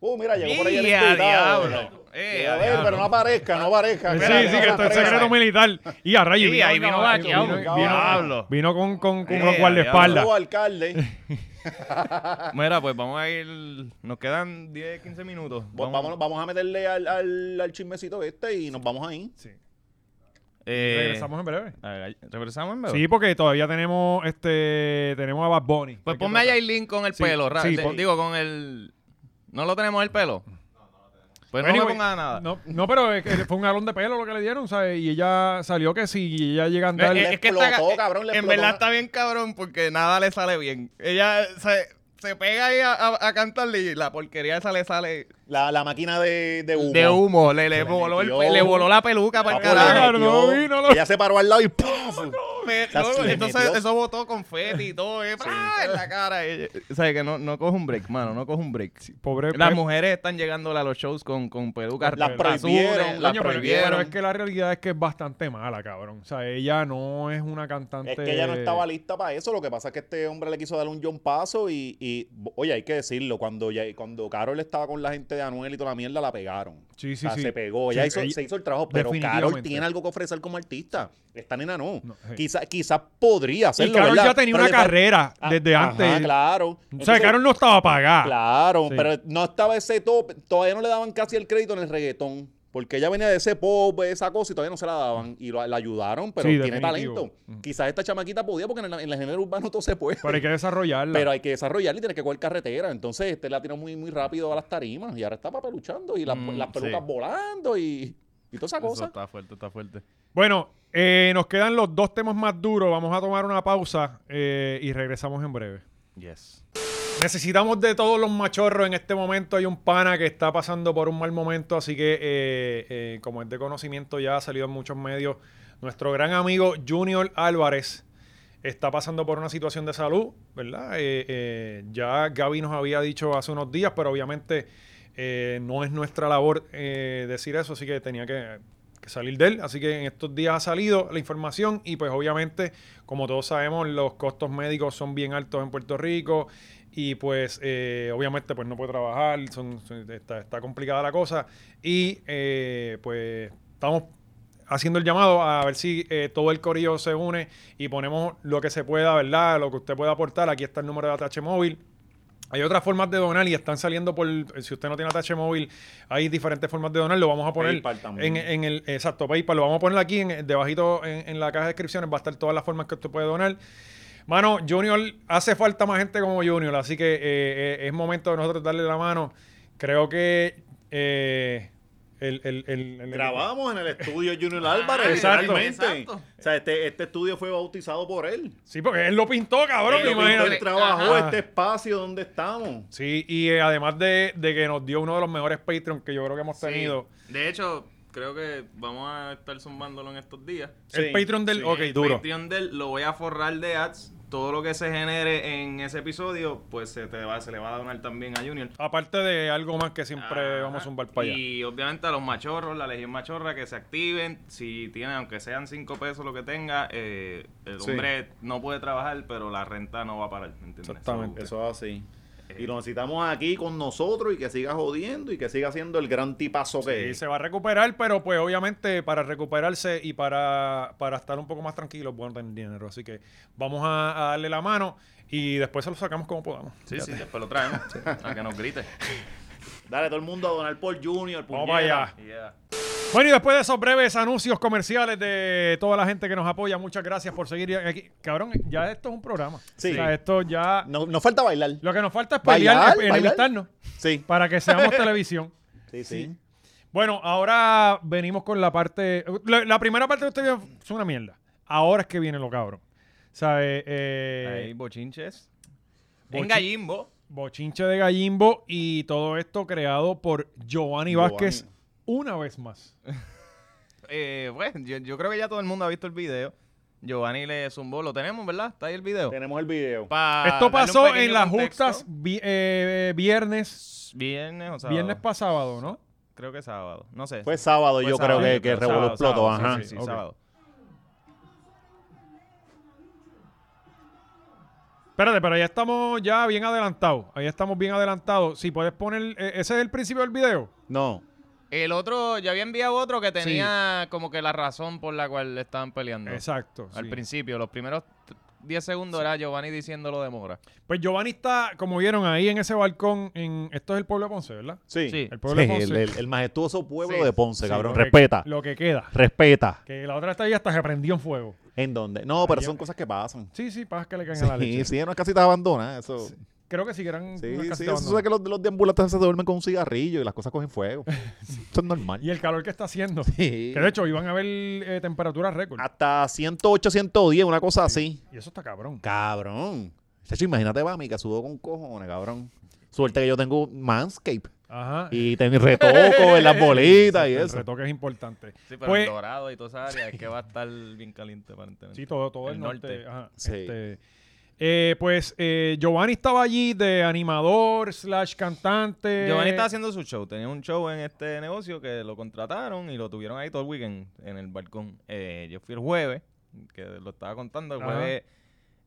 Uh, mira, llegó por ahí el ¡Y a invitado. diablo! ¡Eh, Llegó a él, pero no diablo! aparezca, no aparezca. Sí, Espérate, sí, no que está el aparezca. secreto militar. Y a rayos. Sí, ahí vino vaqueado, vino, diablo. vino con, con, con Eh, los guardaespaldas. Saludos, alcalde. Mira, pues vamos a ir. Nos quedan 10, 15 minutos. Vamos, Vamos- vamos a meterle al, al, al chismecito este y nos vamos ahí. Sí. Eh, Regresamos en breve. a ver, ¿Regresamos en Sí, verdad? porque todavía tenemos este tenemos a Bad Bunny. Pues Hay que ponme a tocar. Yailin con el Sí, pelo. ra- sí, de- pon- Digo, con el. ¿No lo tenemos el pelo? No, no lo tenemos. Pues no me Anyway, pongan nada. No, no, pero es que fue un galón de pelo lo que le dieron, ¿sabes? Y ella salió que si ella llega a andar. Eh, Le eh, es que explotó, está, eh, cabrón, le en explotó. verdad está bien cabrón porque nada le sale bien. Ella, o sea, se pega ahí a, a- a cantarle y la porquería esa le sale La, la máquina de, de humo. de humo. Le, le, Se le voló, el- metió. le voló la peluca para el Papo, carajo. le No, metió- vi, no lo- Ella se paró al lado y ¡pum! Me- sea, no, se le entonces metió. eso botó confeti y todo, eh, ¡ah! en la cara. eh, eh. O sea, que no, no coge un break, mano, no coge un break. Pobre Las pe- mujeres están llegando a los shows con, con pelucas Las azules, prohibieron, las coño, pero, prohibieron. pero es que la realidad es que es bastante mala, cabrón. O sea, ella no es una cantante. Es que ella no estaba lista para eso. Lo que pasa es que este hombre le quiso dar un John Paso y, y, oye, hay que decirlo, cuando, ya, cuando Carol estaba con la gente de Anuel y toda la mierda, la pegaron. Sí, sí, O sea, sí. se pegó. Ella Sí, hizo- ella- se hizo el trabajo, pero Carol Definitivamente. tiene algo que ofrecer como artista. Esta nena no. No, sí. Quizás quizás podría Y hacerlo, Carol ¿verdad? ya tenía Pero una le fal- carrera Ah, desde ajá, antes. claro. O sea, Entonces, Carol no estaba pagada. Claro, Ah, Sí. pero no estaba ese top. Todavía no le daban casi el crédito en el reggaetón. Porque ella venía de ese pop, esa cosa, y todavía no se la daban. Y lo- la ayudaron, pero Sí, tiene definitivo. talento. Ujú. Quizás esta chamaquita podía, porque en el, en el género urbano todo se puede. Pero hay que desarrollarla. Pero hay que desarrollarla y tiene que coger carretera. Entonces, este la tiró muy, muy rápido a las tarimas. Y ahora está papeluchando y las, Mm, las pelucas sí. volando y, y toda esa Eso cosa. está fuerte, está fuerte. Bueno, eh, nos quedan los dos temas más duros. Vamos a tomar una pausa eh, y regresamos en breve. Yes. Necesitamos de todos los machorros en este momento. Hay un pana que está pasando por un mal momento, así que eh, eh, como es de conocimiento ya ha salido en muchos medios, nuestro gran amigo Junior Álvarez está pasando por una situación de salud, ¿verdad? Eh, eh, ya Gaby nos había dicho hace unos días, pero obviamente eh, no es nuestra labor eh, decir eso, así que tenía que, que salir de él. Así que en estos días ha salido la información y pues obviamente, como todos sabemos, los costos médicos son bien altos en Puerto Rico y pues eh, obviamente pues no puede trabajar, son- son- está, está complicada la cosa y eh, pues estamos haciendo el llamado a ver si eh, todo el corillo se une y ponemos lo que se pueda, ¿verdad? Lo que usted pueda aportar. Aquí está el número de ATH móvil. Hay otras formas de donar y están saliendo por, si usted no tiene ATH móvil, hay diferentes formas de donar. Lo vamos a poner PayPal también. en, en el, exacto, PayPal. Lo vamos a poner aquí, en, debajito en, en la caja de descripciones va a estar todas las formas que usted puede donar. Mano, Junior, hace falta más gente como Junior, así que eh, eh, es momento de nosotros darle la mano. Creo que eh, el, el- el- el- Grabamos en el estudio Junior Álvarez. exacto. realmente. Exacto. O sea, este, este estudio fue bautizado por él. Sí, porque él lo pintó, cabrón, Él lo pintó, imagínate. él trabajó Ajá. este espacio donde estamos. Sí, y eh, además de, de que nos dio uno de los mejores Patreon que yo creo que hemos tenido. De hecho, creo que vamos a estar zumbándolo en estos días. Eh, El Sí, Patreon del... sí. ok, el duro. Patreon del lo voy a forrar de ads. Todo lo que se genere en ese episodio, pues se, te va, se le va a donar también a Junior. Aparte de algo más que siempre Ajá. vamos a zumbar para allá. Y obviamente a los machorros, la legión machorra, que se activen. Si tienen, aunque sean 5 pesos lo que tenga, eh, el Sí. hombre no puede trabajar, pero la renta no va a parar. ¿me ¿entiendes? Exactamente. So, Eso es así. Y lo necesitamos aquí con nosotros y que siga jodiendo y que siga siendo el gran tipazo que Y es. se va a recuperar, pero pues obviamente para recuperarse y para, para estar un poco más tranquilos, bueno, tener dinero. Así que vamos a, a darle la mano y después se lo sacamos como podamos. sí, sí, después lo traemos. A que nos grite. Dale todo el mundo a donar por Junior. Vamos puñeta. para allá. Yeah. Bueno, y después de esos breves anuncios comerciales de toda la gente que nos apoya, muchas gracias por seguir aquí. Cabrón, ya esto es un programa. Sí. O sea, esto ya. No, nos falta bailar. Lo que nos falta es Bailar, pelear, eh, bailar. enemistarnos Sí. para que seamos televisión. Sí, sí. Bueno, ahora venimos con la parte. La, la primera parte que usted vio es una mierda. Ahora es que viene lo cabrón. ¿Sabe? Eh, Hay bochinches. Bochi- En Gallimbo. Bochinche de Gallimbo y todo esto creado por Giovanni Giovanni. Vázquez una vez más. Eh, pues, yo, yo creo que ya todo el mundo ha visto el video. Giovanni le zumbó. Lo tenemos, ¿verdad? Está ahí el video. Tenemos el video. Pa- darle esto un pasó pequeño en las contexto. justas vi- eh, viernes, Viernes o sábado. viernes para sábado, ¿no? Creo que sábado. No sé. Fue sábado, Fue Pues, yo sábado, creo yo que, que el creo, revolú sábado, explotó. sábado, sí, Ajá. Sí, sí, Ok. sábado. Espérate, pero ya estamos ya bien adelantados. Ahí estamos bien adelantados. Si puedes poner. eh, ese es el principio del video. No. El otro, ya había enviado otro que tenía como que la razón por la cual le estaban peleando. Exacto. Al sí. principio, los primeros t- 10 segundos era Giovanni diciendo lo de Mora. Pues Giovanni está, como vieron ahí en ese balcón, en esto es el pueblo de Ponce, ¿verdad? Sí. Sí. El pueblo de Ponce. el, el- el majestuoso pueblo Sí, de Ponce, Sí, cabrón. lo que- Respeta. Lo que queda. Respeta. Que la otra está ahí hasta se prendió en fuego. ¿En dónde? No, pero Allá- son cosas que pasan. Sí, sí, pasa que le caen a la Sí, leche. sí, no es casitas abandonadas. Eso. Creo que si eran Sí, unas sí, casitas eso es que abandonadas. los, los deambulantes se duermen con un cigarrillo y las cosas cogen fuego. Eso es normal. Y el calor que está haciendo. Sí. Ah. Que de hecho iban a haber eh, temperaturas récord. Hasta 108, 110, una cosa así. Y eso está cabrón. Cabrón. Chacho, imagínate, Bami, que sudo con cojones, cabrón. Suerte que yo tengo Manscape Ajá. y tengo retoco en las bolitas y el eso. retoque es importante. Sí, pero Pues- el dorado y toda esa área es que va a estar bien caliente aparentemente. Sí, todo, todo el, El norte. norte. ajá, Sí. este, eh, pues eh, Giovanni estaba allí de animador slash cantante. Giovanni estaba haciendo su show. Tenía un show en este negocio que lo contrataron y lo tuvieron ahí todo el weekend en el balcón. Eh, yo fui el jueves, que lo estaba contando. El Ajá. jueves,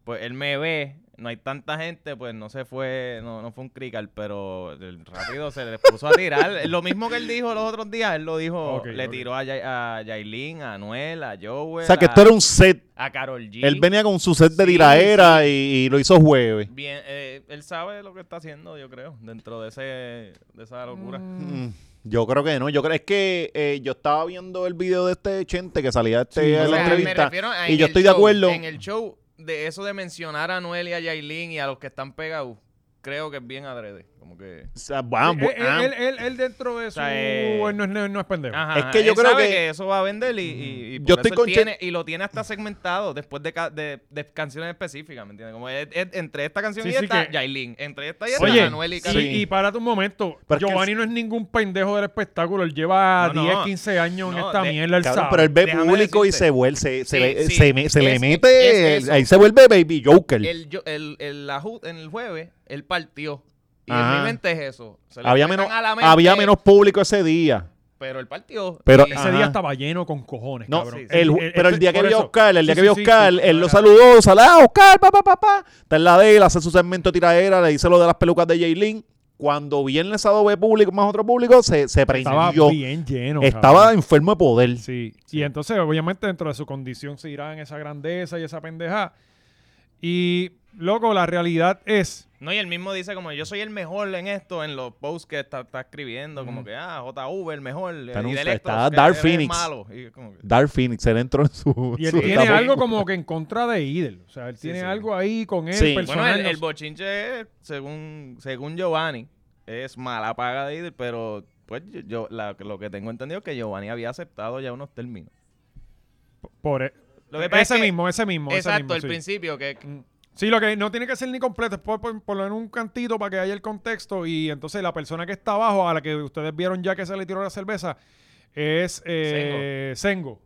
pues él me ve, no hay tanta gente, pues no se fue, no, no fue un crical, pero el rápido se le puso a tirar. Lo mismo que él dijo los otros días, él lo dijo, Ok, le ok. tiró a, Ya- a Yailin, a Anuel, a Joel. O sea, que a, esto era un set. a Carol G. Él venía con su set de Sí, tiraera Y, y lo hizo jueves. Bien, eh, él sabe lo que está haciendo, yo creo, dentro de ese de esa locura. Mm, Yo creo que no. Yo creo es que eh, yo estaba viendo el video de este Chente que salía de este, Sí, de o la sea, me entrevista. refiero a y en yo el estoy de show, acuerdo. En el show, de eso de mencionar a Noel y a Yailin y a los que están pegados, creo que es bien adrede. Como que. O sea, vamos, Eh, eh, él, ah, él, él- él dentro de su. sea, eh, él no, es, no es- no es pendejo. Ajá, Es que yo él creo sabe que- eso va a vender y, y, y Yo por eso estoy él con Che- tiene- y lo tiene hasta segmentado después de, ca- de, de canciones específicas, ¿me entiendes? Como es- es- entre esta canción Sí, y sí, esta, que- Yailin. Entre esta y esta, Oye, Anuel y y, Karol G. y párate un momento. Pero es que Giovanni es- no es ningún pendejo del espectáculo. Él lleva No, no. 10, 15 años en No, esta de- mierda. Él cabrón, sabe. pero él ve Déjame público y decirte. se vuelve, se, se Sí, le- sí. se me- se le Es- mete, es eso. ahí se vuelve Baby Joker. el, yo- el, el, la ju- en el jueves, él partió. Y Ajá. en mi mente es eso. Se le había, cuentan menos, a la mente, había menos público ese día. Pero él partió. Pero- y- Ese Ajá. día estaba lleno con cojones, No, cabrón. sí, sí. el, Eh, pero el eh, día que por vio a eso. Oscar, el Sí, día sí, que vio a sí, Oscar, sí, él lo era- saludó, sale, ah, Oscar, pa, pa, pa, pa. Está en la de él, hace su segmento de tiraera, le dice lo de las pelucas de Jaylin. Cuando viernes sábado ve público, más otro público, se, se Estaba prendió. bien lleno. Estaba cabrón. enfermo de poder. Sí. Y entonces, obviamente, dentro de su condición se irá en esa grandeza y esa pendeja. Y, loco, la realidad es. No, y él mismo dice como yo soy el mejor en esto, en los posts que está, está escribiendo, como que ah, JV el mejor. eh, Pero y de está- Electros, está que Dark él es Phoenix. malo. Y como que- Dark Phoenix, él entró en su. Y él su tiene etapa. algo como que en contra de Idel. O sea, él tiene sí. algo ahí con él. Sí. Bueno, personal, el, no el sé. bochinche, según, según Giovanni, es mala paga de Idol, pero pues yo, yo- la- lo que tengo entendido es que Giovanni había aceptado ya unos términos. Por e- Lo que pasa ese es que- mismo, ese mismo. ese mismo, Exacto, al sí. principio que Mm. Sí, lo que no tiene que ser ni completo, es por, por- por lo menos un cantito para que haya el contexto y entonces la persona que está abajo, a la que ustedes vieron ya que se le tiró la cerveza, es eh, Sengo.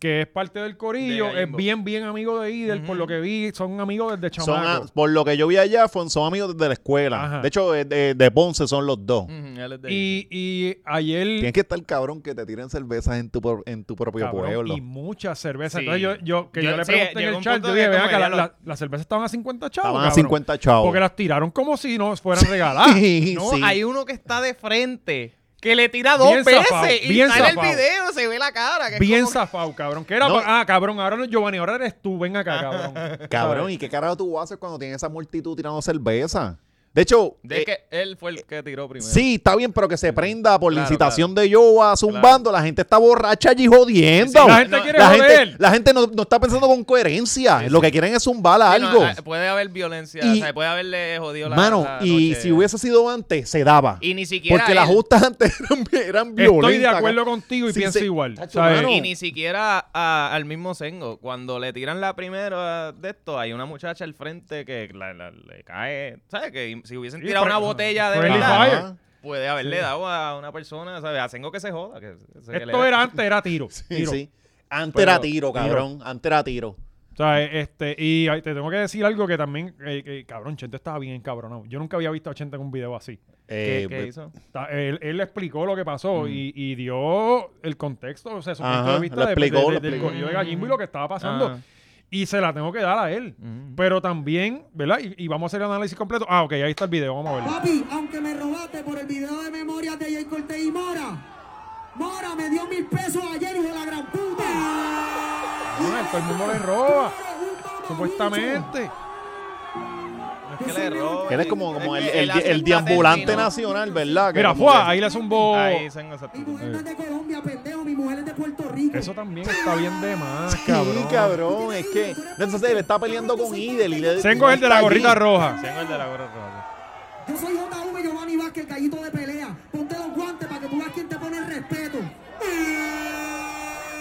que es parte del corillo, De es Gallimbo. bien, bien amigo de Idel, por lo que vi, son amigos desde Son a- chamaco. por lo que yo vi allá, fue- son amigos desde la escuela. Ajá. Mm. De hecho, eh, de, de Ponce son los dos. ujú, él es de Idol. Y, y ayer... Tienes que estar cabrón que te tiren cervezas en tu, pro- en tu propio cabrón, pueblo. y muchas cervezas. Sí. Entonces yo, yo, que yo, Yo- le sí, pregunté llegó en el un chat, punto yo de dije, que ven como acá, la- ya lo- la- las cervezas estaban a 50 chavos, Estaban a cabrón. 50 chavos. Porque las tiraron como si no fueran regaladas. No, Sí. hay uno que está de frente, que le tira dos Bien veces zafado, y bien está en zafado. el video, se ve la cara. Que es Bien como que- Ah. zafado, cabrón. Que era No. pa- Ah, cabrón, ahora no es Giovanni, ahora eres tú, ven acá, cabrón. Cabrón, ¿y qué carajo tú haces cuando tienes esa multitud tirando cerveza? De hecho, De eh, que él fue el que tiró primero. sí, está bien, pero que se prenda por la Claro, incitación de Yoa zumbando. La gente está borracha allí jodiendo. Sí, sí, la gente quiere la joder. gente, la gente no, no está pensando con coherencia. Lo que quieren es zumbar a Sí, no, algo. ah, puede haber violencia, Y- o sea, puede haberle jodido la Mano, la y noche. si hubiese sido antes, se daba. Y ni siquiera Porque él- las justas antes eran, eran violentas. Estoy de acuerdo cabrón. contigo y Sí, pienso sí. igual. Tacho, ¿sabes? mano. y ni siquiera a- al mismo Sengo. Cuando le tiran la primera de esto, hay una muchacha al frente que la- la- le cae. ¿Sabes? Que si hubiesen Sí, tirado fue- una botella de friendly verdad, fire. Ajá. puede haberle Sí. dado a una persona, ¿sabes? A Sengo que se joda. que- que le Esto Eh, dé. era antes, era tiro. Sí, tiro. sí. Antes Pero- era tiro, cabrón. Antes era tiro. ¿Sabes? Este, y ay, te tengo que decir algo que también, eh, que, cabrón, Chente estaba bien cabronado. Yo nunca había visto a Chente en un video así. ¿Qué- Eh, qué hizo? Ta- Él, él explicó lo que pasó y, y dio el contexto, o sea, su punto Mm. Ajá, de vista lo de- explicó, de- lo del explicó. corillo de Gallimbo y lo que estaba pasando. Ajá. Y se la tengo que dar a él. Ujú. Pero también, ¿verdad? Y, y vamos a hacer el análisis completo. Ah, ok, ahí está el video, vamos a verlo. Papi, aunque me robaste por el video de memoria de Jay Cortés y Mora, Mora me dio mil pesos ayer, hijo de la gran puta. Bueno, todo el mundo le roba, supuestamente. Ah, Que le roba. Él es como, como que el, el, él hace el un deambulante término. nacional, ¿verdad? Que Mira, como fue, que- ahí le zumbó. Ahí Sengo se Mi mujer no es de Colombia, pendejo, mi mujer es de Puerto Rico. Eso también está bien de más, Sí, cabrón. cabrón. es que. no, Entonces él está peleando con Idel. y le- Sengo es el de la está gorrita allí. roja. Sengo el de la gorra roja. Yo soy JV Giovanni Vázquez, el gallito de pelea. Ponte los guantes para que tú veas quién te pone el respeto.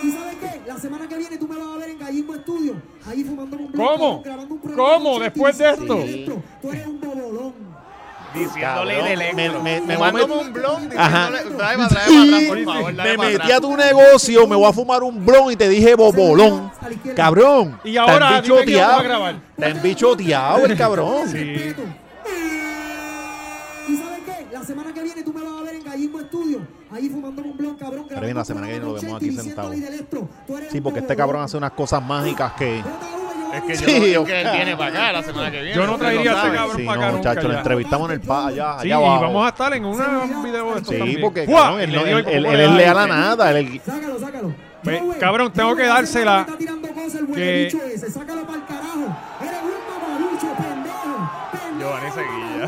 ¿Y sabes qué? La La semana que viene tú me vas a ver en Gallismo Estudio, ahí fumando un ¿Cómo? blunt, grabando un programa ¿Cómo? de Después de utilizando esto. electro. Tú eres un bobolón. Diciéndole Cabrón, de electro. me- me- me Fumándome mando- un blon Ajá. diciéndole, trae para atrás, trae para atrás, por favor, dale Me para metí atrás. a tu negocio, me voy a fumar un blon y te dije bobolón. Cabrón. Y ahora está dime que yo voy a embichoteado. grabar. Está embichoteado el cabrón. Respeto. ¿Y sabes qué? La semana que viene tú me vas a ver en Gallismo Estudio, ahí fumando un blon, cabrón. Pero bien, la semana que viene lo vemos aquí sentado. Sí, Sí, porque este cabrón hace unas cosas mágicas que. Es que, Sí, yo, es yo- que él viene para acá la semana que viene. Yo no usted traería lo a ese sabe. cabrón. Sí, para acá no, nunca, muchachos, lo ya. entrevistamos en el pa allá, Sí, allá abajo. y vamos a estar en una- un video de esto Sí, también. porque ¡Fua! cabrón, Y él, le no- dio él- como él- le él es da. leal a nada. él- él- Sácalo, sácalo. Ve, Joe, cabrón, tengo Joe, que ese dársela. hombre está tirando cosas, el Que- huevicho ese. Sácalo para el carajo. Eres un mamalucho, pendejo. pendejo, Giovanni Seguilla.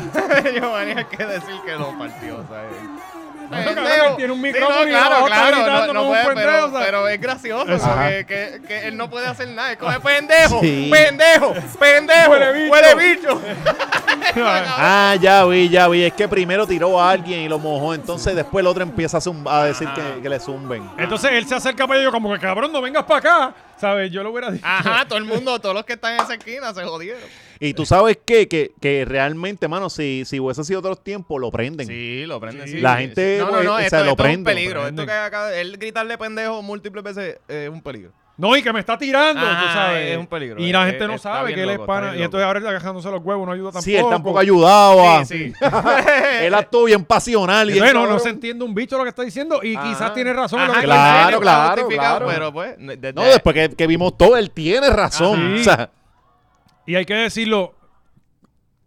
mamalucho, Giovanni hay que decir que lo partió, ¿sabes? pendejo, Bueno, cabrón, Pendejo. él tiene un Sí, micrófono no, y la claro, otra claro, gritando no, no como un puede, pendejo, o pero, sea. pero es gracioso Ajá. que, que, que él no puede hacer nada. Es como pendejo, Sí. pendejo, pendejo, Huele bicho. huele bicho. Ah, ya vi, ya vi. Es que primero tiró a alguien y lo mojó. Entonces después el otro empieza a, zum- a decir Ah. que, que le zumben. Entonces él se acerca para ellos como que cabrón, no vengas para acá. ¿Sabes? Yo lo hubiera dicho. Ajá, todo el mundo, todos los que están en esa esquina se jodieron. Y tú sabes qué? Que, que realmente, mano, si, si hubiese sido otros tiempos, lo prenden. Sí, lo prenden. Sí. Sí. La gente, no, no, pues, no, o sea, esto, lo esto es un prenden, peligro. lo Esto que acaba, él gritarle pendejo múltiples veces es un peligro. No, y que me está tirando, tú Ajá, sabes. es un peligro, Y la es- gente no está sabe bien que él es loco, está pana. bien Y loco. entonces ahora él agajándose los huevos no ayuda tampoco. Sí, él tampoco ayudaba. Sí, sí. Él actuó bien pasional. Y Bueno, él- no se entiende un bicho lo que está diciendo y quizás Ajá. tiene razón. en lo Ajá, que que está claro, nadie está claro, justificado, claro. Pero pues, ne- desde- No, después que, que vimos todo, él tiene razón. Ah, sí. O sea, diciendo. Y hay que decirlo,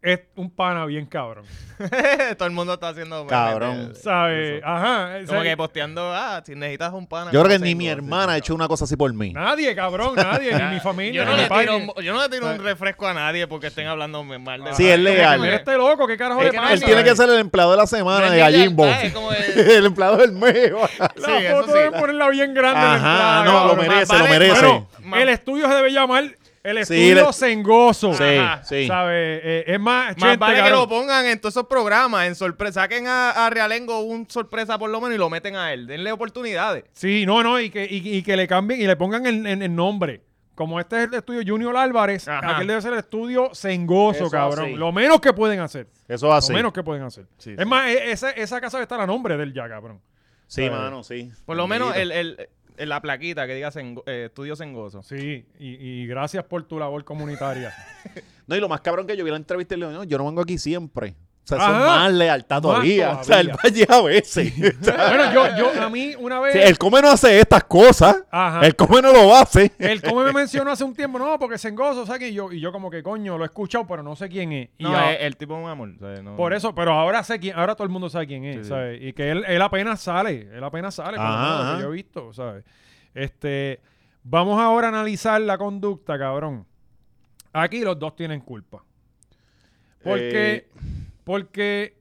es un pana bien cabrón. todo el mundo está haciendo. memes Cabrón. de- ¿Sabes? Ajá. o sea, Como que posteando, ah, si necesitas un pana. yo creo que no ni tengo, mi sí, hermana ha hecho una cosa así por mí. Nadie, cabrón, nadie. ni mi familia, Yo no, ni mi le tiro, padre. un- yo no le tiro un refresco a nadie porque estén hablando mal de Sí, nadie. es legal. Mira este loco, ¿qué carajo Es le que no pasa? Él tiene que ¿sabes? ser el empleado de la semana No es de ni Gallimbo. lealtad, es como de- el empleado del mes. La Sí, eso foto sí. de ponerla bien grande. en el Ajá, plato, no, lo cabrón. merece, más lo vale- merece. Bueno, Ma- el estudio se debe llamar el Sí, estudio le- cengoso. Sí, Ajá, sí. ¿Sabe? Eh, es más, Más gente, vale que cabrón. lo pongan en todos esos programas, en sorpresa. Saquen a, a Realengo un sorpresa por lo menos y lo meten a él. Denle oportunidades. Sí, no, no, y que, y, y que le cambien y le pongan el, el- el nombre. Como este es el estudio Junior Álvarez, Ajá. aquel debe ser el estudio Cengoso, Eso cabrón. así. Lo menos que pueden hacer. Eso es así. Lo menos que pueden hacer. Ah, Sí, es sí. más, e- esa, esa casa está a nombre del ya, cabrón. Sí, mano, sí. Por lo menos Bendito. el, el- el- la plaquita que diga Sengo- eh, Estudio Sengoso. Sí, y, y gracias por tu labor comunitaria. No, y lo más cabrón que yo vi la entrevista y le digo, no, yo no vengo aquí siempre. O sea, eso Ajá. es más lealtad todavía. todavía. O sea, él va allí a veces. O sea, bueno, yo, yo, a mí una vez. si el come no hace estas cosas. Ajá. El come no lo hace. Él como me mencionó hace un tiempo, no, porque Sengoso, ¿sabes? Y yo, y yo como que, coño, lo he escuchado, pero no sé quién es. Y No, eh, a- es- el, tipo es un amor. o sea, no- por eso, pero ahora sé quién, ahora todo el mundo sabe quién es, Sí, sí. ¿sabes? Y que él, él apenas sale, él apenas sale, por lo Ajá, menos lo que ajá. yo he visto, ¿sabes? Este, vamos ahora a analizar la conducta, cabrón. Aquí los dos tienen culpa. Porque, Eh, porque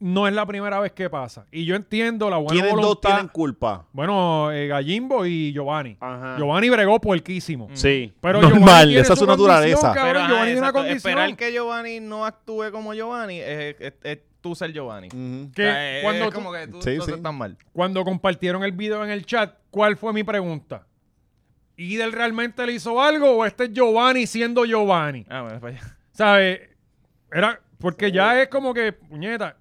no es la primera vez que pasa. Y yo entiendo la buena ¿Quiénes dos voluntad. tienen culpa? bueno, eh, Gallimbo y Giovanni. Ajá. Giovanni bregó puerquísimo. Sí. Pero Normal, Giovanni esa es su naturaleza. condición, cabrón, ajá, Giovanni tiene una exacto, condición Esperar que Giovanni no actúe como Giovanni es, es- es tú ser Giovanni. Ujú. que O sea, es- Eh, cuando, eh, es tú- como que tú, Mm. Sí, tú sí. estás mal. cuando compartieron el video en el chat, ¿cuál fue mi pregunta? ¿Idel realmente le hizo algo o este es Giovanni siendo Giovanni? Ah, bueno, para allá. ¿Sabes? Era porque ya es como que, puñeta,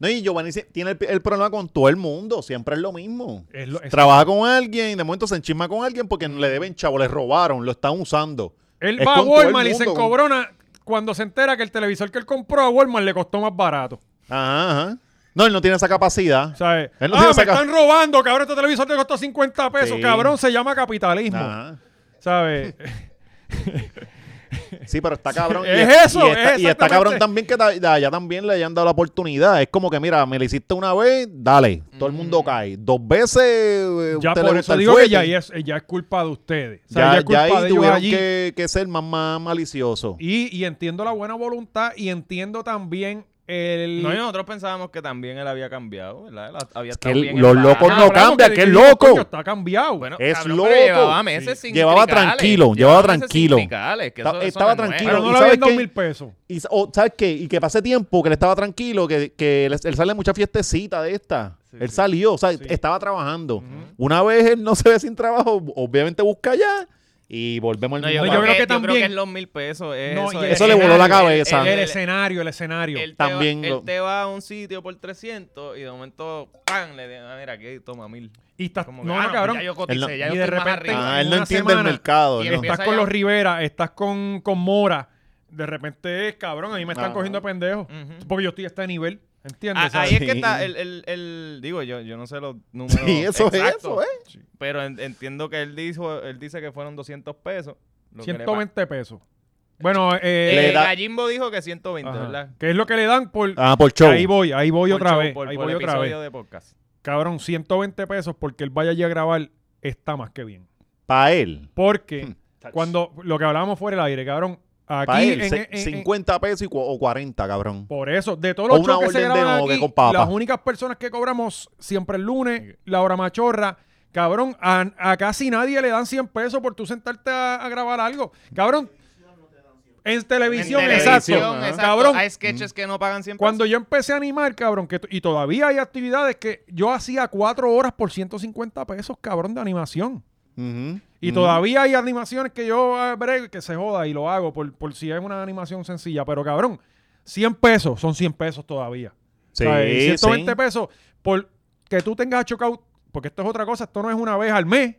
No, y Giovanni se- tiene el, el problema con todo el mundo, siempre es lo mismo. es lo- es- Trabaja con alguien, de momento se enchisma con alguien porque le deben chavo, le robaron, lo están usando. él es va a con todo el Walmart y se mundo, con- encobrona cuando se entera que el televisor que él compró a Walmart le costó más barato. Ajá, ajá. No, él no tiene esa capacidad. ¿Sabes? Él no ah, tiene me esa ca- están robando, cabrón, este televisor te costó 50 pesos, Sí. cabrón, se llama capitalismo. Ajá. ¿Sabes? Sí, pero está cabrón. y Es eso, y está, es y está cabrón exactamente. también que ta- de allá también le hayan dado la oportunidad. Es como que, mira, me lo hiciste una vez, dale, todo el Mm. mundo cae. Dos veces. eh, Ya usted le por gusta eso el digo que fuete. ya ahí es, ya es culpa de ustedes. O sea, Ya, ya es ya culpa de ahí ellos tuvieron allí. que, que ser más, más maliciosos. Y, y entiendo la buena voluntad y entiendo también el... No, y nosotros pensábamos que también él había cambiado, ¿verdad? Él ha- había que estado el- bien los embalado. locos Hablamos cambia, que es dijimos, loco. coño, está cambiado. Eh, Bueno, Es cabrón, loco. pero Llevaba meses sin Llevaba cricales. tranquilo, llevaba meses sin tranquilo. cricales, que eso- Estaba- eso estaba no es tranquilo. pero no nuevo. eh, ¿y le habían sabes dado qué? mil pesos. Y, sa- o, ¿Sabes qué? Y que pase tiempo, que le estaba tranquilo, que, que él, él sale en muchas fiestecitas de esta. Sí. él salió, o sea, estaba trabajando. Una vez él no se ve sin trabajo, obviamente busca allá y volvemos al No, yo, mismo yo patrón. creo creo que, que yo creo también- que es los mil pesos. es No, Eh, eso, y es- Eso le voló la el- cabeza. El, el- el- escenario, el escenario. Él te También va, lo- él te va a un sitio por 300 y de momento, ¡pam! Le dice, ah, mira, aquí toma mil. y estás, Como no, que, no, ah, pues cabrón. Ya yo Él no- coticé, ya y yo de estoy más repente- arriba. Ah, él no una entiende semana el mercado. y ¿no? empieza- estás con ya. los Rivera, estás con, con Mora. De repente, cabrón, a mí me están Ah. cogiendo a pendejo. Ujú. Porque yo estoy a este nivel. ¿Entiendes? Ah, ¿Sabes? Ahí es que Sí. está el, el, el- digo yo, yo no sé los números. Sí, eso es, exactos, eso es. Pero en- entiendo que él dijo, él dice que fueron 200 pesos. lo que le pa- 120 pesos. Bueno, eh, Eh, Le da- Gallimbo dijo que 120, ajá. ¿verdad? que es lo que le dan por... Ah, por show. Ahí voy, ahí voy Por otra show, vez. por- ahí por voy otra vez. episodio de podcast. Cabrón, 120 pesos porque él vaya allí a grabar está más que bien. Para él. Porque cuando lo que hablábamos fuera del aire, cabrón, Para aquí Hmm. él. en- e- se- en- en- 50 pesos y cu- o 40, cabrón. por eso, de todos O los una shows que se orden de graban nogue aquí, con papa. las únicas personas que cobramos siempre el lunes, la hora machorra, cabrón, a, a casi nadie le dan 100 pesos por tú sentarte a, a grabar algo. Cabrón, en televisión, En exacto. televisión, Ajá. exacto. Cabrón, Hay sketches que no pagan 100 pesos. Cuando yo empecé a animar, cabrón, que t- y todavía hay actividades que yo hacía cuatro horas por 150 pesos, cabrón, de animación. Ujú, Y ujú. todavía hay animaciones que yo eh, brego, que se joda y lo hago por, por si es una animación sencilla. Pero, cabrón, 100 pesos son 100 pesos todavía. Sí, ¿Sabes? Y sí. 120 pesos por que tú tengas chocado, porque esto es otra cosa, esto no es una vez al mes.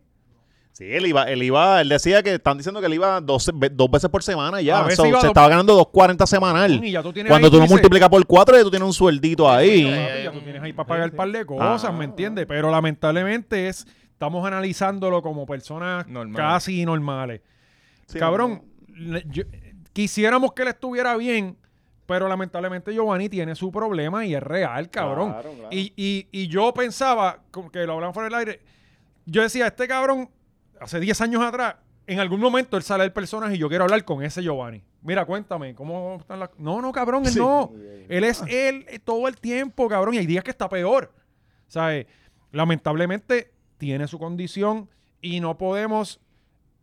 Sí, él iba, él iba, él decía que están diciendo que él iba dos, ve- dos veces por semana A ya. veces So, iba se dos- estaba ganando 2.40 semanal. Y ya tú tienes Cuando ahí, tú lo dices, multiplicas por 4, ya tú tienes un sueldito ahí. Papi, ya tú tienes ahí para pagar un par de Ah. cosas, ¿me entiendes? Pero lamentablemente es, estamos analizándolo como personas Normal. casi normales. Cabrón, le- yo- quisiéramos que él estuviera bien, pero lamentablemente Giovanni tiene su problema y es real, cabrón. Claro, claro. Y, y- y yo pensaba, como que lo hablamos fuera del aire, yo decía, este cabrón, hace 10 años atrás, en algún momento él sale del personaje y yo quiero hablar con ese Giovanni. Mira, cuéntame, ¿cómo están las... No, no, cabrón, él Sí. no. Él Ah. es él eh, todo el tiempo, cabrón, y hay días que está peor. ¿Sabes? Lamentablemente tiene su condición y no podemos...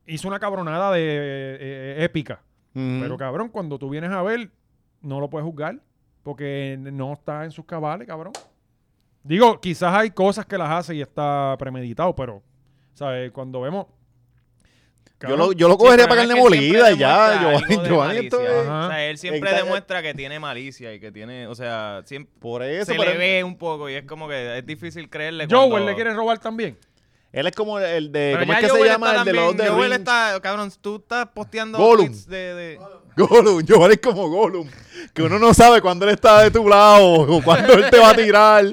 Hizo una cabronada de eh, épica. Ujú. Pero cabrón, cuando tú vienes a ver, no lo puedes juzgar porque no está en sus cabales, cabrón. Digo, quizás hay cosas que las hace y está premeditado, pero, ¿sabes? Cuando vemos... yo, cabrón, lo, yo lo Sí, cogería el para problema es carne que él siempre molida y ya. demuestra Giovanni, algo de Giovanni, esto malicia. es- Ajá. O sea, él siempre Exacto. demuestra que tiene malicia y que tiene, o sea, siempre Por eso, se pero le él- ve un poco y es como que es difícil creerle. Joel cuando- le quiere robar también. él es como el de. Pero Eh, ¿Cómo es ya que se Joel llama? está El de los también- de Joel Rings. está, cabrón, tú estás posteando Gollum. tweets de, de- Gollum, Giovanni es como Gollum. Que uno no sabe cuándo él está de tu lado o cuándo él te va a tirar.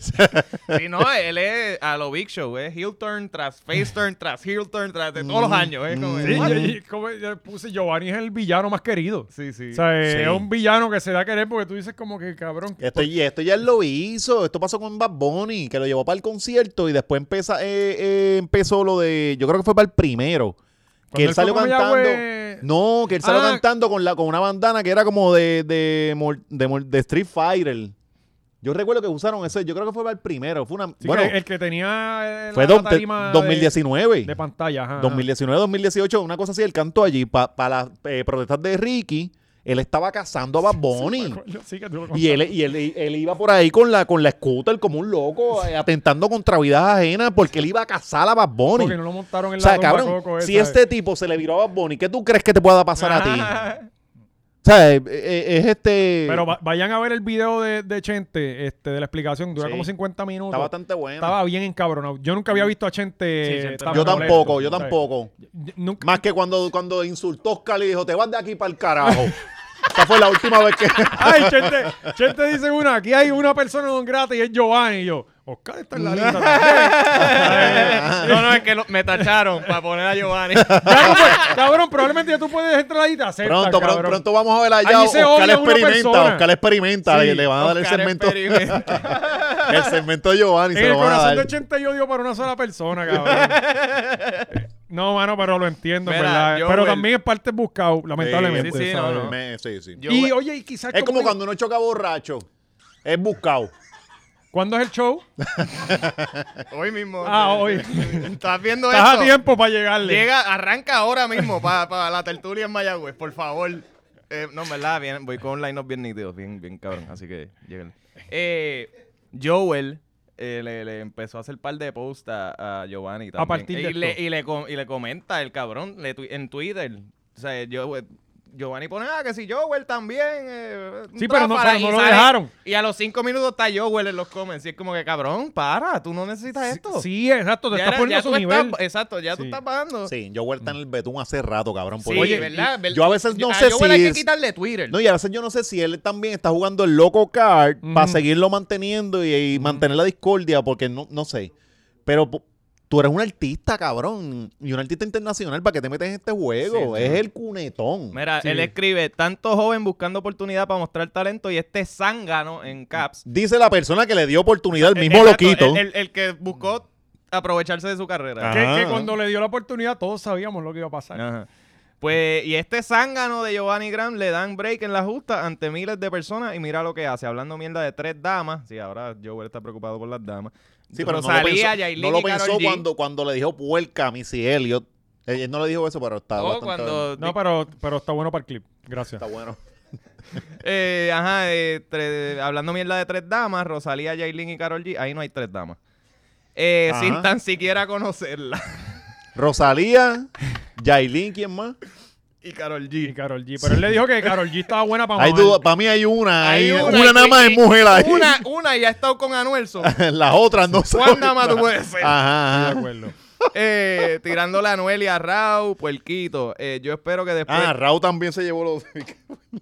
Sí, no, él es a lo Big Show, es heel turn tras face turn tras heel turn tras de todos los años, es como Mm, Sí, yo- yo- como yo puse Giovanni es el villano más querido. sí, sí. O sea, eh, Sí. Eh, es un villano que se da a querer porque tú dices como que, cabrón, Esto, y esto ya él lo hizo. Esto pasó con Bad Bunny, que lo llevó para el concierto y después empieza, eh, eh, empezó lo de. Yo creo que fue para el primero. Que Cuando él él salió fue con cantando. Mayagüez- No, que él salió Ah. cantando con, la, con una bandana que era como de, de, mor- de, mor- de Street Fighter. Yo recuerdo que usaron ese. Yo creo que fue para el primero. Fue una. sí, bueno, que el que tenía eh, fue la do- de- tarima de- 2019. de, pantalla, ajá. 2019-2018, una cosa así, él cantó allí para las eh, protestas de Ricky. Él estaba cazando a Bad Bunny. Sí, que tú lo Y él, y él, y él iba por ahí con la, con la scooter como un loco, eh, atentando contra vidas ajenas porque él iba a cazar a Bad Bunny. Porque no lo montaron en o la sea, tumba cabrón, Coco si esa, eh. este tipo se le viró a Bad Bunny, ¿qué tú crees que te pueda pasar a ti? O sea, eh, eh, es este... Pero va- vayan a ver el video de, de Chente, este, de la explicación, dura Sí. como 50 minutos. está bastante bueno. Estaba bien encabronado. Yo nunca había visto a Chente. Sí, Chente tan yo molesto, tampoco, yo ¿sabes? tampoco. Yo- Nunca, Más que cuando, cuando insultó a Oscar y dijo, te vas de aquí para el carajo. Esa fue la última vez que... Ay, Chente, Chente dice una, aquí hay una persona non grata y es Giovanni. Y yo, Oscar está en la Mm. lista también. No, no, es que lo- me tacharon para poner a Giovanni. Ya tú puedes- cabrón, probablemente ya tú puedes entrar ahí y te aceptan, Pronto, pronto, cabrón. pronto vamos a ver allá. Allí se Oscar odia a una persona. experimenta, Oscar experimenta. Sí, le, le van a dar el Oscar segmento, experimenta. el segmento de Giovanni. En se el lo van a corazón de dar. Chente yo odio para una sola persona, cabrón. No, mano, pero lo entiendo, en Mira, ¿verdad? yo, pero el- también es parte buscado, lamentablemente. Sí, sí, no, ¿sabes? no. Me- sí, sí. Yo- Y oye, y quizás Es como cuando uno choca borracho. Es buscado. ¿Cuándo es el show? hoy mismo. Ah, hoy. Estás viendo Estás esto? a tiempo para llegarle. Llega, arranca ahora mismo para la tertulia en Mayagüez, por favor. Eh, no, en verdad, bien, voy con un line-up bien nítido, bien, bien cabrón, así que lleguen. Eh, Joel eh, le, le empezó a hacer par de posts a, a Giovanni también. A partir de y, le, esto. y, le com- y le comenta el cabrón le tui- en Twitter. O sea, yo, eh, Giovanni pone, ah, que si Joel también. eh, un Sí, pero no- tráfara", pero no y lo dejaron. Y a los cinco minutos está Joel en los comments. Y es como que, cabrón, para, tú no necesitas esto. Sí, exacto, te Ya estás era- poniendo ya a su tú nivel. estás- exacto, ya tú Sí. estás pagando. Sí, yo vuelta en el betún hace rato, cabrón. Sí, porque- ¿verdad? Vel- Pues, yo a veces ah, no a sé Joel si hay que es- quitarle Twitter. No, y a veces yo no sé si él también está jugando el loco card para seguirlo manteniendo y, y mantener la discordia, porque no, no sé. Pero po- tú eres un artista, cabrón, y un artista internacional, ¿para que te metes en este juego? Sí, sí. es el cunetón. Mira, Sí. él escribe, tanto joven buscando oportunidad para mostrar talento y este zángano en caps. Dice la persona que le dio oportunidad al mismo Eh, Exacto, loquito. Ah. El, el- el que buscó aprovecharse de su carrera. Ajá. Que, que cuando le dio la oportunidad todos sabíamos lo que iba a pasar. Ajá. Pues, y este zángano de Giovanni Graham le dan break en la justa ante miles de personas y mira lo que hace, hablando mierda de tres damas. Sí, ahora Joel está preocupado por las damas. Sí, pero no lo Rosalía, pensó, Yailin no lo y Karol pensó G. cuando, cuando le dijo puerca a Missy Elliott. Él él no le dijo eso, pero está Oh, bastante- cuando No, pero, pero está bueno para el clip. Gracias. Está bueno. Eh, ajá, eh, tre- hablando mierda de tres damas, Rosalía, Yailin y Carol G, ahí no hay tres damas. Eh, Ajá. sin tan siquiera conocerla. Rosalía, Yailin, ¿quién más? y Carol Y G. Carol G. Pero él le dijo que Carol G estaba buena para Hay mamar. duda- para mí hay una. Hay Hay una, y- nada más y- es mujer ahí. Una, una y ha estado con Anuelso. Las otras no son. ¿Cuál nada más tú puedes ser? Ajá. Estoy de ajá. acuerdo. Eh, tirándole a Anuel y a Raúl, puerquito. Eh, yo espero que después. Ah, Raúl también se llevó los.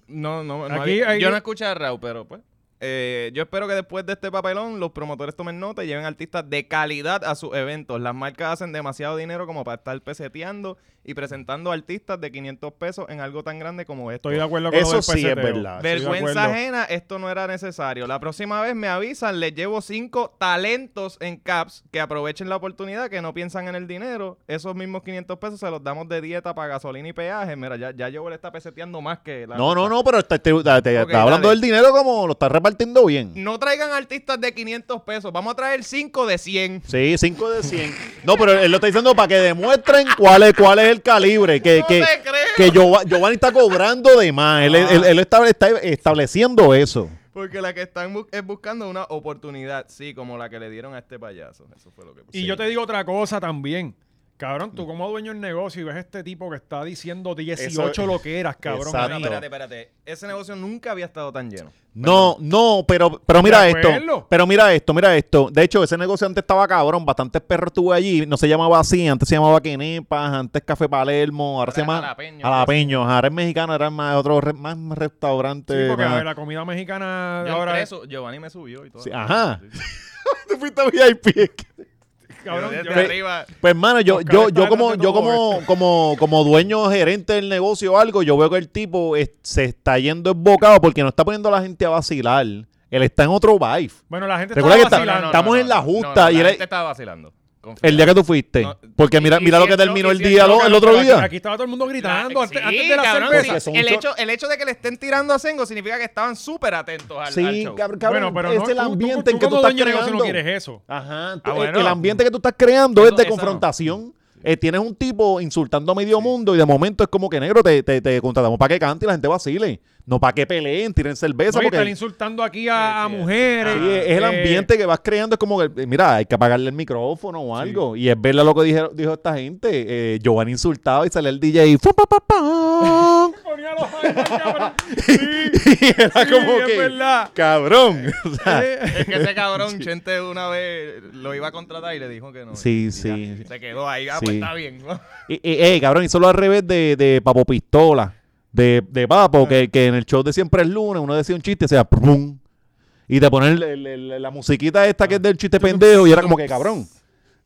No, no, no Aquí había- hay- Yo no escuché a Raúl, pero pues. eh, yo espero que después de este papelón los promotores tomen nota y lleven artistas de calidad a sus eventos. Las marcas hacen demasiado dinero como para estar peseteando y presentando artistas de 500 pesos en algo tan grande como esto. Estoy de acuerdo con lo Eso del sí es peseteo. verdad. Estoy de acuerdo. Vergüenza ajena, esto no era necesario. La próxima vez me avisan, les llevo cinco talentos en caps que aprovechen la oportunidad, que no piensan en el dinero. Esos mismos 500 pesos se los damos de dieta para gasolina y peaje. Mira, ya, ya yo le está peseteando más que la. No, no, no, pero está, te- te- te- está dale. hablando del dinero como lo está repartiendo bien. No traigan artistas de 500 pesos, vamos a traer cinco de 100. Sí, 5 de 100. No, pero él lo está diciendo para que demuestren cuál es, cuál es el calibre. Que, No que, te creo. que Giova- Giovanni está cobrando de más. Él, él- él está, está estableciendo eso. Porque la que están bu- es buscando una oportunidad, sí, como la que le dieron a este payaso. Eso fue lo que Y yo te digo otra cosa también. Cabrón, Mm. tú como dueño del negocio y ves este tipo que está diciendo 18 Eso- loqueras, cabrón. Exacto. ahí. Espérate, espérate. Ese negocio nunca había estado tan lleno. No, no, pero, pero mira De esto. acuerdo. Pero mira esto, mira esto. De hecho, ese negocio antes estaba cabrón. Bastantes perros estuvo allí. No se llamaba así. Antes se llamaba Quenepas, antes Café Palermo. Ahora, se Ahora llama es Jalapeño. Jalapeño. Ahora es mexicano, ahora es más, otro re- más restaurante. Sí, porque más- la comida mexicana Yo ahora entré, es- su- Giovanni me subió y todo. Sí, ah, ajá. Tú fuiste a VIP. Cabrón, Desde yo- arriba. Pues hermano, yo, Oscar yo, está yo como, detrás de yo todo como, como, como dueño gerente del negocio o algo, yo veo que el tipo es- se está yendo embocado porque no está poniendo a la gente a vacilar. Él está en otro vibe. Bueno, la gente Recuerda estaba que está- vacilando. estamos en la justa y y él la es- gente estaba vacilando. Eh, confía. El día que tú fuiste. No, Porque y- mira, y mira lo si que él no- terminó y el si él día, no, lo- el Pero otro aquí- día. Aquí estaba todo el mundo La- gritando antes, sí, antes de la cabrón, cerveza. sí. son el, cho- hecho, el hecho de que le estén tirando a Sengo significa que estaban súper atentos al, al Sí, show. cab- cabrón. bueno, pero es no, el tú- tú- ambiente tú en que tú como estás dueño de negocio creando. no quieres eso. Ajá. tú- Ah, el- bueno. El ambiente que tú estás creando Eso- es de esa no. confrontación. Eh, tienes un tipo insultando a medio mundo y de momento es como que negro te, te, te contratamos para que cante y la gente vacile. No para que peleen, tiren cerveza. Oye, porque están insultando aquí a, a Sí, sí. mujeres. Sí, es el eh, ambiente que vas creando. Es como que, eh, mira, hay que apagarle el micrófono o algo. Y es verle lo que dijeron- dijo, esta gente. Eh, Giovanni insultaba y sale el DJ. y fu, pa, pa, pa. Ponía los bailes, cabrón. Sí. Y era Sí, como es que, verdad. Eh, cabrón. O sea, Es que ese cabrón, Chente, una vez lo iba a contratar y le dijo que no. Sí, Y sí. ya, Se quedó ahí. Ah, Sí. pues está bien. Eh, eh, eh, cabrón, hizo lo al revés de, de Papo Pistola. De, de Ah. Papo, que, que en el show de siempre es lunes, uno decía un chiste, o sea, prum, y te ponen el- el- el- la musiquita esta que es del Ah. chiste pendejo, y era como que, cabrón,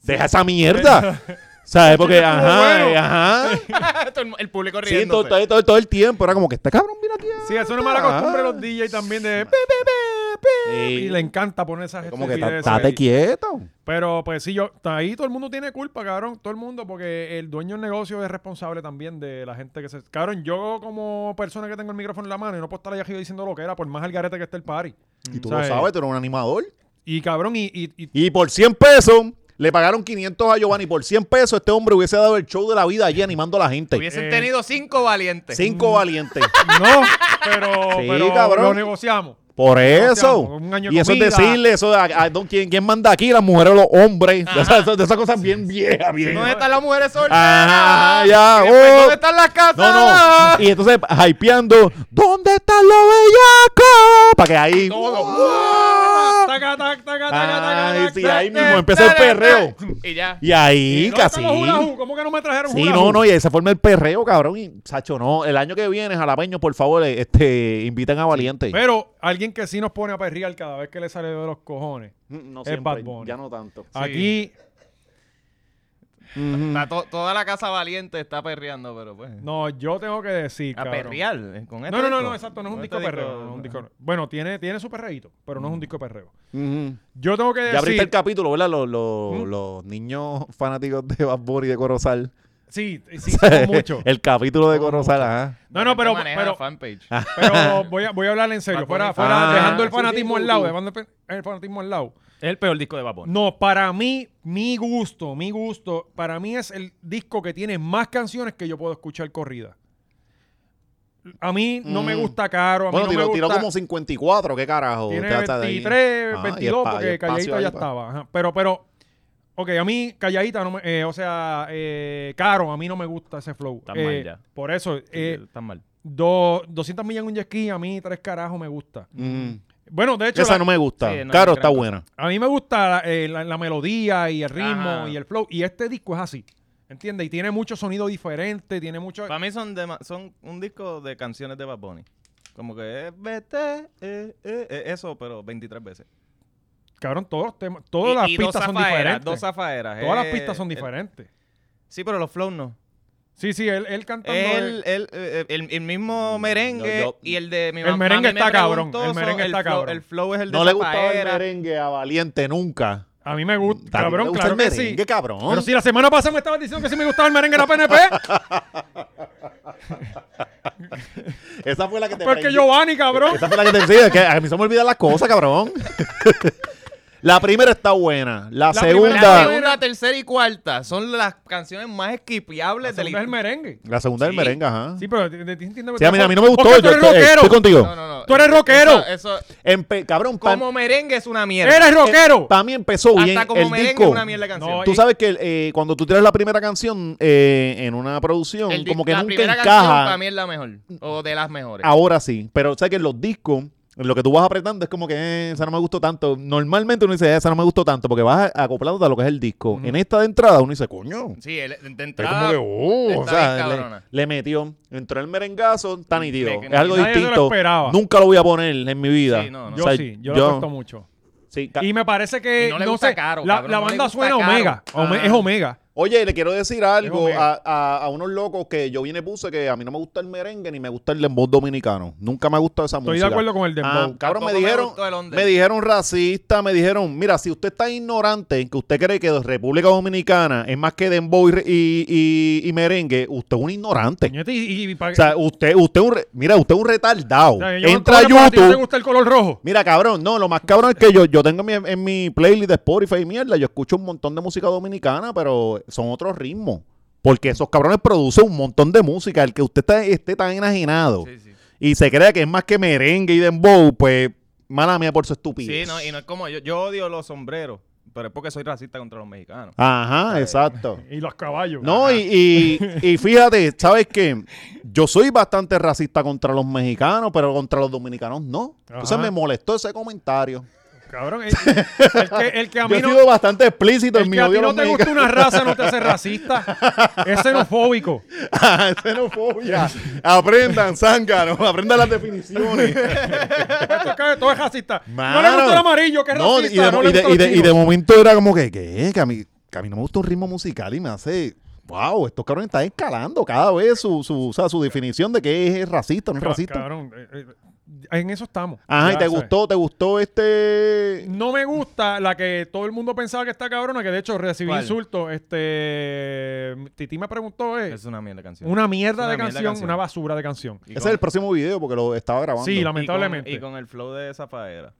deja esa mierda. ¿Sabes? Porque, ajá, bueno. ajá. Todo el- el público Sí, todo, riéndose. todo- todo- todo el tiempo, era como que este cabrón, mira, tío. Eh, Sí, eso es una Ah. mala costumbre de los DJs también de... pe, pe, pe, pe. Y le encanta poner esas como que ta- estupideces. estate quieto. Pero pues sí, yo, ahí todo el mundo tiene culpa, cabrón. Todo el mundo, porque el dueño del negocio es responsable también de la gente que se. Cabrón, yo como persona que tengo el micrófono en la mano y no puedo estar allá arriba diciendo lo que era, por más al garete que esté el party. Y tú Mm, ¿Sabes? lo sabes, tú eres un animador. Y cabrón, y, y- y- Y por 100 pesos, le pagaron 500 a Giovanni. Por 100 pesos, este hombre hubiese dado el show de la vida allí animando a la gente. Hubiesen Eh. tenido cinco valientes. Cinco valientes. no, pero, Sí, pero cabrón. lo negociamos. Por eso. Sebastián, un año de y eso es comida. decirle, eso de, a- a- don- ¿quién, quién manda aquí? ¿Las mujeres o los hombres? De esas, de esas cosas bien viejas, bien. ¿Dónde están las mujeres solteras? Ajá, ajá, ya. Y pues, después, oh. ¿Dónde están las casas? No, no. Y entonces, hypeando, ¿dónde están los bellacos? Para que ahí. ¡Wow! Taca, tac, taca, taca, taca, Ay, tac, sí, tac, ahí tac. mismo empezó el perreo. Y ya. Y ahí, ¿Dónde casi. están los hula hoop? ¿Cómo que no me trajeron Sí, hula no, hoop? no, y esa forma el perreo, cabrón. Y, Sacho, no, el año que viene, jalapeño, por favor, eh, este, invitan a Valiente. Pero alguien que sí nos pone a perrear cada vez que le sale de los cojones. Mm, no es Bad Bunny. ya no tanto. Aquí, Está to- toda la casa valiente está perreando, pero pues. Mm. no, yo tengo que decir, a cabrón. perrear. eh, Con No, este no, no, disco. no, exacto, no es un Con disco este de perreo. no es un disco- Bueno, tiene, tiene su perreíto, pero no es un disco de perreo. Ujú. Yo tengo que Ya abriste el decir. capítulo, ¿verdad? Los, los, Mm. los niños fanáticos de Bad Bunny y de Corozal. Sí, sí, somos muchos. el capítulo de Corozal, ajá. No, no, pero, Este maneja pero, la fanpage. Ah. pero voy, a, voy a hablar en serio. Bad Fuera, Bunny. fuera, Ah. dejando el Sí, fanatismo sí, al lado, sí. dejando el fan- el fanatismo al lado. Es el peor disco de Vapor. No, para mí, mi gusto, mi gusto, para mí es el disco que tiene más canciones que yo puedo escuchar corrida. A mí no me Mm. gusta caro, a mí Bueno, no tiró, me tiró gusta- como 54, ¿qué carajo? Tiene Está- está de ahí. 23, Ah, y 22, espa- y porque espacio Calladita ahí ya pa- estaba. ajá. Pero, pero, ok, a mí Calladita, no me- eh, o sea, eh, Caro, a mí no me gusta ese flow. Está Eh, mal ya. Por eso, eh, Está mal. do- 200 millas en un jet ski, a mí tres carajos me gusta. Mm. Bueno, de hecho, Esa la- no me gusta. Sí, no, claro, no está creo. buena. a mí me gusta eh, la, la melodía y el ritmo Ajá. y el flow. Y este disco es así, ¿entiendes? Y tiene mucho sonido diferente, tiene mucho... Para mí son, dema- son un disco de canciones de Bad Bunny. Como que es vete, eh, eh, eh, eso, pero 23 veces. Cabrón, todos los temas, todas las Y- y dos pistas son zafaeras, diferentes. Dos zafaeras. todas las eh, pistas son eh, diferentes. Sí, pero los flows no. Sí, sí, él, él cantando... El, el, el, el- el mismo merengue yo- y el de mi El mamá merengue a mí me está cabrón, preguntó, el merengue son- está flow- cabrón. El flow es el de No le gustaba el zafaera. merengue a Valiente nunca. A mí me gusta, Está bien, cabrón, le gusta claro el que merengue, sí. cabrón. Pero si la semana pasada me estabas diciendo que sí me gustaba el merengue de la PNP, Esa fue la que te porque prendió. Giovanni, cabrón. Esa fue la que te enseñé. Que a mí se me olvidan las cosas, cabrón. la primera está buena. La, La segunda. primera- La segunda, tercera y cuarta son las canciones más La esquipiables Ah, del segunda es el merengue. La segunda del Sí. merengue, ajá. Sí, pero te- te- te entiendo que Sí, a mí, a mí no me Porque gustó. Tú yo eres estoy, eh, rockero. estoy contigo. No, no, no. Tú eres rockero. Eso, eso- Empe- cabrón, para como merengue es una mierda. Eres rockero. mí empezó bien Hasta como el merengue disco. es una mierda de canción. No, Tú y- sabes que eh, cuando tú tiras la primera canción eh, en una producción, El di- como que la nunca primera encaja. Ah, canción para mí es la mejor. O de las mejores. Ahora sí, pero sé que en los discos, lo que tú vas apretando es como que eh, esa no me gustó tanto. Normalmente uno dice, eh, esa no me gustó tanto, porque vas acoplándote a lo que es el disco. En esta de entrada uno dice, coño. Sí, el, de Es entrada. como que, oh, o está sea, bien le, cabrona. le metió. Entró el merengazo, está nítido. que Es algo nadie se lo distinto. esperaba. Nunca lo voy a poner en mi vida. Sí, no, no. Yo O sea, sí, yo, lo apuesto mucho. sí, ca- Y me parece que Y no le no gusta sé, Caro, la, cabrón, la no le banda gusta suena Caro. Omega, Ome- Ah. es Omega. Oye, le quiero decir algo Omega. a, a- a unos locos que yo vine puse que a mí no me gusta el merengue ni me gusta el dembow dominicano. Nunca me ha gustado esa Estoy de música. Ah, acuerdo con el dembow. cabrón, me Tampoco me dijeron, gustó el me, under. dijeron racista, me dijeron, mira, si usted está ignorante en que usted cree que República Dominicana es más que dembow y, re- y- y- y merengue, usted es un ignorante. Puñete, Y, y- y pa- O sea, usted, usted es un, re- mira, usted es un retardado. o sea, yo Entra a encuentro para ti, ¿No te YouTube. gusta el color rojo? Mira, cabrón, no, lo más cabrón es que yo, yo tengo en mi, en mi playlist de Spotify y mierda, yo escucho un montón de música dominicana, pero son otros ritmos. Porque esos cabrones producen un montón de música. El que usted está- esté tan enajenado Sí, sí. y se crea que es más que merengue y dembow, pues mala mía por su Sí, estupidez. no, y no es como yo, yo odio los sombreros, pero es porque soy racista contra los mexicanos. Ajá, exacto. Y los caballos. Ah, No, y, y- y fíjate, ¿sabes qué? Yo soy bastante racista contra los mexicanos, pero contra los dominicanos no. Entonces Ajá. me molestó ese comentario. Cabrón, el, el que, el que a Yo mí he no, sido bastante explícito en el mi que a ti odio a no los te gusta mexicanos. una raza no te hace racista. Es xenofóbico. Ah, xenofobia. Aprendan, zángano. Aprendan las definiciones. Esto es- todo es racista. no Mano. le gusta el amarillo, que es No, racista. y de, no y le de- gusta y de- los y de chinos. momento era como que, ¿qué? Que a mí, que a mí no me gusta un ritmo musical y me hace... Wow, estos cabrones están escalando cada vez su, su, o sea, su definición de qué es racista, no es Ca- racista. Cabrón, eh, eh, en eso estamos. Ajá, y Ya, te ¿sabes? gustó, te gustó este... No me gusta la que todo el mundo pensaba que está cabrona, que de hecho recibí ¿Cuál? insultos. Este. Titi me preguntó, eh, Es una mierda de canción. una una mierda de mierda canción, canción. una basura de canción. Y Ese con- es el próximo video porque lo estaba grabando. Sí, y con- lamentablemente. Y con, el flow de esa faera.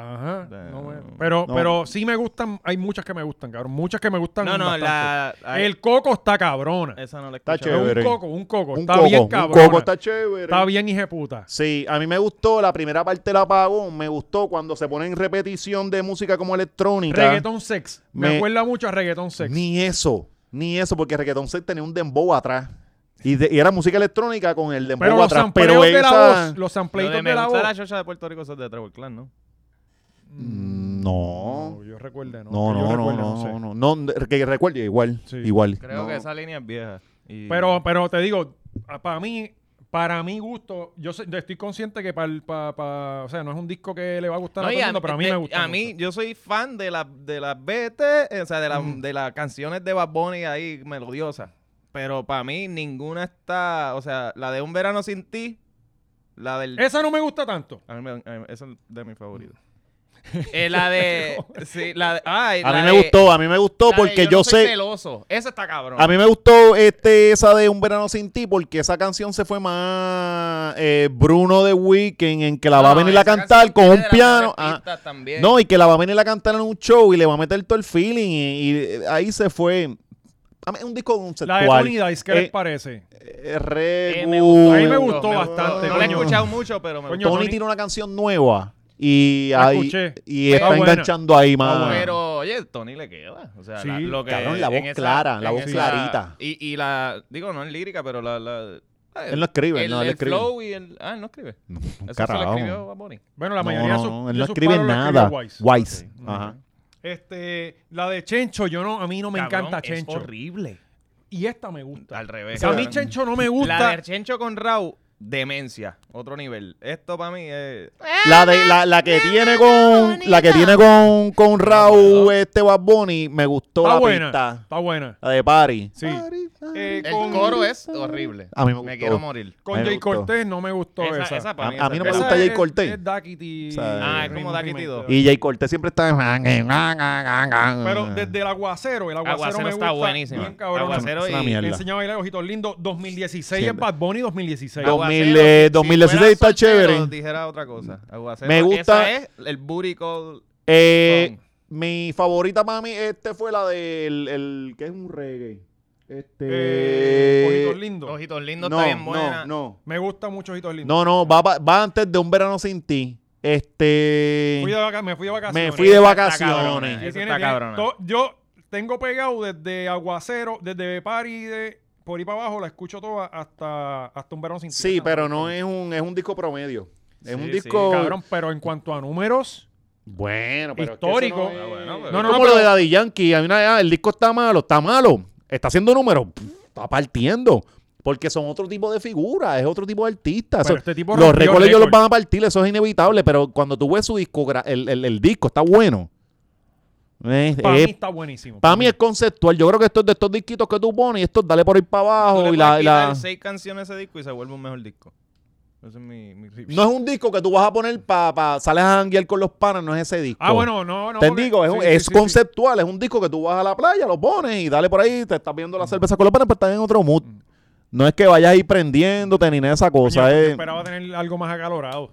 Ajá. De- no, bueno. pero, No. pero sí me gustan. Hay muchas que me gustan, cabrón. Muchas que me gustan. No, no, bastante. la. ay, El coco está cabrona. Esa no la Está escuché. Es un chévere. coco, un coco. Un está coco, bien un cabrona. coco está, está chévere. bien hijeputa. Sí, a mí me gustó la primera parte del apagón. Me gustó cuando se pone en repetición de música como electrónica. Reggaeton sex. Me, Me- acuerda mucho a reggaeton sex. Ni eso, ni eso, porque Reggaeton Set tenía un dembow atrás. Y, de- y era música electrónica con el dembow pero los atrás. sampleos Pero de la esa... voz, los Lo sampleitos de de, me la gusta voz. la chocha de Puerto Rico eso es de Trevor Clan, ¿no? Mm, No. No, yo recuerdo, no. No, que yo no, no, recuerde, no, sé. no, no, que recuerde, igual, Sí. igual. Creo No. que esa línea es vieja. y- Pero, pero te digo, ah, para mí, para mi gusto, yo sé- yo estoy consciente que para, o sea, no es un disco que le va a gustar a No, todo y el a- mundo, pero a mí eh, me gusta. a mí, mucho. yo soy fan de las de las BT, eh, o sea, de, las de las canciones de Bad Bunny ahí melodiosas. Pero para mí ninguna está, o sea, la de Un Verano Sin Ti, la del... esa no me gusta tanto. A mí me- a mí- esa es de mis favoritos. Eh, la de... sí, la de... ay, A la mí me de- gustó, a mí me gustó la de porque no yo soy sé... celoso. Esa está cabrón. A mí me gustó este, esa de Un Verano Sin Ti porque esa canción se fue más eh, Bruno de Weekend en que la Ah, va a No, venir a esa canción cantar con viene un de las piano. tres Ah, pistas también. no, y que la va a venir a cantar en un show y le va a meter todo el feeling y, y, eh, ahí se fue. A mí es un disco La de conceptual. Tony Dice, ¿qué Eh, uh, les parece? eh, re Eh, me gustó, A mí me cool. gustó bastante, No la he coño. escuchado mucho, pero me Coño, gustó. Tony, Tony. tiene una canción nueva y, La ahí- escuché. Ah, y Está está buena. enganchando ahí más. buena. Ah, Pero, oye, Tony le queda. O sea, Sí, la, lo que ah. cabrón, la en voz clara, la en voz clarita. Y, y la, digo, no en lírica, pero la... la ay, Él no escribe, el, no, él el escribe. flow y el... Ah, él no escribe. No, Eso se lo carajo. escribió Bad Bunny. Bueno, la No, mayoría no, de sus- él de no sus escribe palos la nada. escribió Wise. Wise. Ajá. Este, la de Chencho, yo no, a mí no me Cabrón, encanta es Chencho. horrible. Y esta me gusta. Al revés. a mí cabrón. Chencho no me La gusta. de Chencho con Raúl, demencia. Otro nivel. Esto para mí es... La, de, la, la que tiene con la que tiene con, con Raúl este Bad Bunny me gustó Está la Ah, buena. pista. Está buena. La de Party. Sí. Party, party. Eh, El con coro es horrible. A mí me Me gustó. quiero morir. con me Jay gustó. Cortés no me gustó esa. Esa, esa A- para mí, a esa- mí no me esa gusta es- Jay es- Cortés. es Daquiti. O sea, Ah, es como Daquiti 2. Y Jay Cortés siempre está Pero desde el aguacero, el aguacero, Aguacero me está gusta. buenísimo. Bien cabrón. Aguacero Es una y- Me mierda. enseñaba a bailar ojitos lindos. 2016 Sí. es Bad Bunny 2016. Dos- Aguacero, Aguacero, 2000, eh, si 2016 fuera está soltero, chévere. Dijera otra cosa. Aguacero. Me gusta- Esa es el booty call. Eh, Son. mi favorita para mí este fue la del el que es un reggae. Este eh, ojitos lindos. Ojitos lindos no, está bien no, buena. no. Me gusta mucho ojitos lindos. No, no, va, pa- va antes de un verano sin ti. Este Fui de vaca- me fui de vacaciones. eh. me fui de Esa está vacaciones. cabrona, Y Eso tiene- está tiene- cabrona. to- yo tengo pegado desde Aguacero, desde Party, de, por ahí para abajo, la escucho toda hasta, hasta un verano sin ti. Sí, Esa pero me no gusta. es un, es un disco promedio. Es un Sí, disco. Cabrón, pero en cuanto a números, Bueno, pero. es que Histórico. eso no es- Ah, bueno, pero- es No, no, no, como pero- lo de Daddy Yankee. Hay una, ah, el disco está malo, está malo. Está haciendo números. pff, Está partiendo. Porque son otro tipo de figuras, es otro tipo de artistas. Pero Eso- este tipo los rompió récords ellos los récord. van a partir, eso es inevitable. Pero cuando tú ves su disco, el, el, el disco está bueno. Eh, para eh, mí está buenísimo. para mí es conceptual. Yo creo que estos de estos disquitos que tú pones, estos dale por ahí para Tú le abajo. Y puedes la, y la- quitar seis canciones a ese disco y se vuelve un mejor disco. Ese es mi... mi- No es un disco que tú vas a poner para sales a janguear con los panas, no es ese disco. Ah, bueno, no, no. Te porque- digo, es, sí, un- sí, es sí, sí. conceptual, es un disco que tú vas a la playa, lo pones y dale por ahí, te estás viendo la cerveza con los panes, pero estás en otro mood. No es que vayas ahí prendiéndote ni nada de esa cosa. Mm. Coño, yo es- esperaba tener algo más acalorado.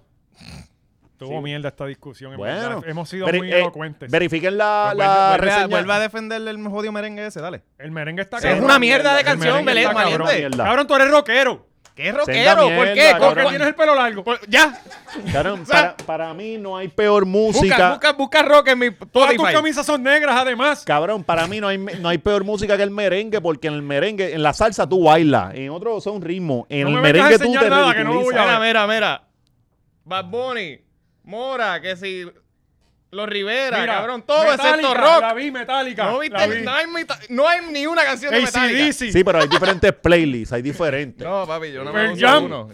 Tuvo mierda esta discusión. en Bueno, verdad. hemos sido veri- muy eh, elocuentes. Verifiquen la, Pues la Vuelve a, reseña. vuelve a defender el jodido merengue ese, dale. el merengue está Es cabrón. una mierda de El canción, merengue Belén, está cabrón. valiente. Cabrón. Cabrón, tú eres rockero. ¿Qué Senda rockero? ¿Por qué? mierda, ¿Por Porque cabrón. qué tienes el pelo largo. tienes- ¡Ya! Cabrón, para, para mí no hay peor música. Busca, busca, busca rock en mi Todas tus Spotify. camisas son negras, además. Cabrón, para mí no hay, no hay peor música que el merengue, porque en el merengue, en la salsa tú bailas, en otro son ritmos, en No el me vengas a merengue tú enseñar te nada, que no lo ridiculizas. voy a Mira, mira, mira. Bad Bunny, Mora, que si... Los Rivera, Mira, cabrón. Todo excepto Metallica, rock. La vi, Metallica. No, la viste, vi. no, hay, mita- no hay ni una canción de Metallica. AC/DC. Sí, pero hay diferentes playlists, hay diferentes. No, papi, yo no Pearl me gusta Jam. uno.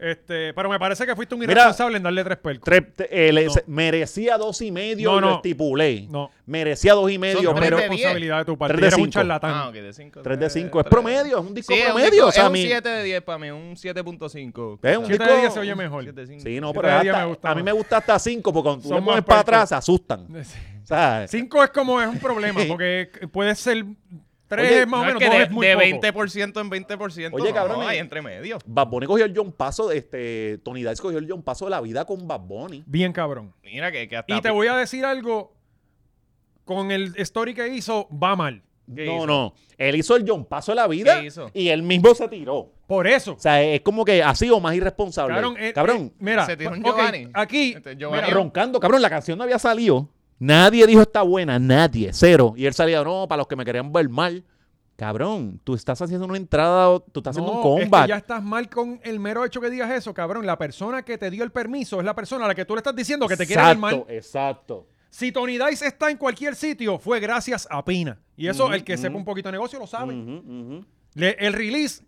Este, pero me parece que fuiste un Mira. irresponsable en darle tres percos. Tres- te- eh, le- No. se- merecía dos y medio, No, y lo no. estipulé. No. Merecía dos y medio, Pero Son pero de es diez. responsabilidad de tu parte. Tres de Eres un cinco. charlatán. Ah, ok, de 5. 3 eh, de 5. Es promedio, es un disco Sí, es un, promedio. disco- o sea, es a un mí- 7 de 10 para mí, un 7.5. Es un Siete disco- de diez se oye mejor. 7.5. Sí, no, Siete pero de diez hasta- me gusta a mí más. me gusta hasta 5 porque cuando tú Son le más pones para puercos. atrás se asustan. O sea, Cinco es como es un problema, porque puede ser Tres Oye, es más No, o es menos, que dos de, es muy de poco. 20% en 20%. Oye, no, cabrón, eh. no y- hay entre medio. Bad Bunny cogió el John Paso, este, Tony Dice cogió el John Paso de la vida con Bad Bunny. Bien cabrón. Mira que, que hasta. Y te voy a decir algo. Con el story que hizo, va mal. No, ¿Qué hizo? no. Él hizo el John Paso de la vida ¿Qué hizo? y él mismo se tiró. O Por eso. sea, es como que ha sido más irresponsable. Cabrón, eh, eh, mira, Se tiró un ok, Giovanni. aquí, Este, Giovanni. mira, roncando, cabrón, la canción no había salido. Nadie dijo está buena, nadie, cero. Y él salía, no, para los que me querían ver mal. Cabrón, tú estás haciendo una entrada, o tú estás haciendo no, un es que comeback. ya estás mal con el mero hecho que digas eso, cabrón. La persona que te dio el permiso es la persona a la que tú le estás diciendo que te quiere ver exacto, mal. exacto. Si Tony Dice está en cualquier sitio, fue gracias a Pina. Y eso, Ujú, el que sepa ujú. un poquito de negocio lo sabe. Ujú, ujú. Le- el release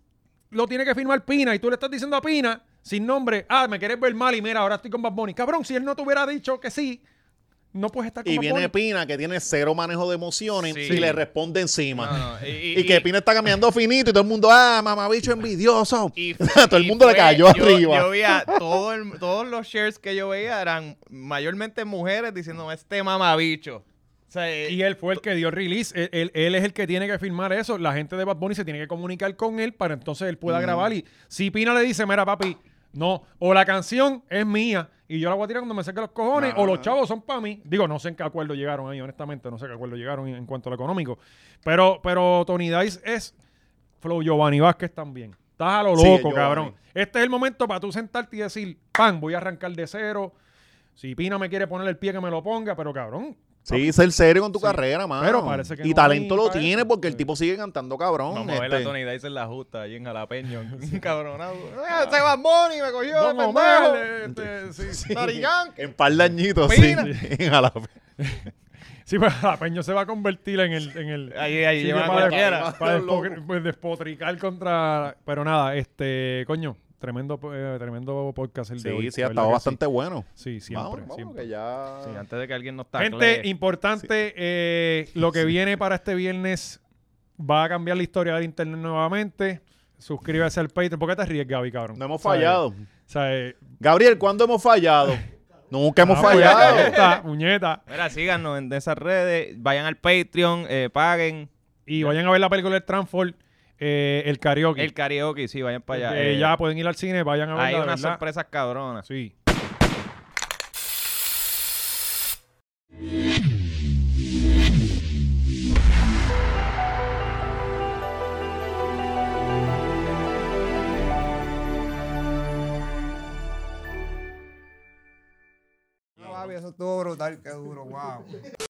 lo tiene que firmar Pina y tú le estás diciendo a Pina, sin nombre, ah, me quieres ver mal y mira, ahora estoy con Bad Bunny. Cabrón, si él no te hubiera dicho que sí, no puedes estar con Y Bad viene Bunny. Pina, que tiene cero manejo de emociones, Sí. y le responde encima. No, no, y- y- y, que y- Pina está caminando finito y todo el mundo, ah, mamabicho envidioso. Y- todo el y mundo le fue- cayó yo- arriba. Yo veía todo el- todos los shares que yo veía eran mayormente mujeres diciendo este mamabicho. O sea, eh, Y él fue el que dio el release. Él, él- él es el que tiene que firmar eso. La gente de Bad Bunny se tiene que comunicar con él para entonces él pueda grabar. Y si Pina le dice, mira, papi, no, o la canción es mía y yo la voy a tirar cuando me saque los cojones, o los chavos son para mí. Digo, no sé en qué acuerdo llegaron ahí, honestamente, no sé qué acuerdo llegaron en, en cuanto a lo económico. Pero, pero Tony Dice es Flow Giovanni Vázquez también. Estás a lo Sí, loco, Giovanni. cabrón. Este es el momento para tú sentarte y decir, pan, voy a arrancar de cero. Si Pina me quiere poner el pie que me lo ponga, pero cabrón, Sí, ser serio con tu carrera, mano. Pero parece que y no talento hay lo para tiene eso. porque el tipo sigue cantando cabrón. Vamos a ver a este. Tony Dice en la justa ahí en Jalapeño. Un cabronado. ¡Ah, ese Bad Bunny me cogió, Don pendejo! Omar, este, sí, sí. Narigán. En par de añitos, Pina. sí. En Jalapeño. Sí, pues Jalapeño se va a convertir en el. En el Ahí- ahí sí, llevan a para, cualquiera. para despo- pues, despotricar contra. Pero nada, este. Coño, tremendo, eh, tremendo podcast el de hoy. Sí, Pues sí, de ha verdad estado que bastante bueno. Sí, Sí, siempre. Vamos, vamos, siempre. que ya... Sí, antes de que alguien nos tacle. Gente, importante, eh, lo que viene para este viernes va a cambiar la historia del internet nuevamente. Suscríbase al Patreon. ¿Por qué te ríes, Gaby, cabrón? No hemos O sea, fallado. O sea, eh, Gabriel, ¿cuándo hemos fallado? Nunca hemos ah, pues, ahí fallado. está, muñeta. Mira, síganos en esas redes. Vayan al Patreon, eh, paguen. Y vayan a ver la película del Transform, eh, el karaoke. El karaoke, sí, vayan para allá. Eh, Eh, ya pueden ir al cine, vayan a verla. hay de unas verdad. sorpresas cabronas. Sí. Guau, eso estuvo brutal, qué duro, wow.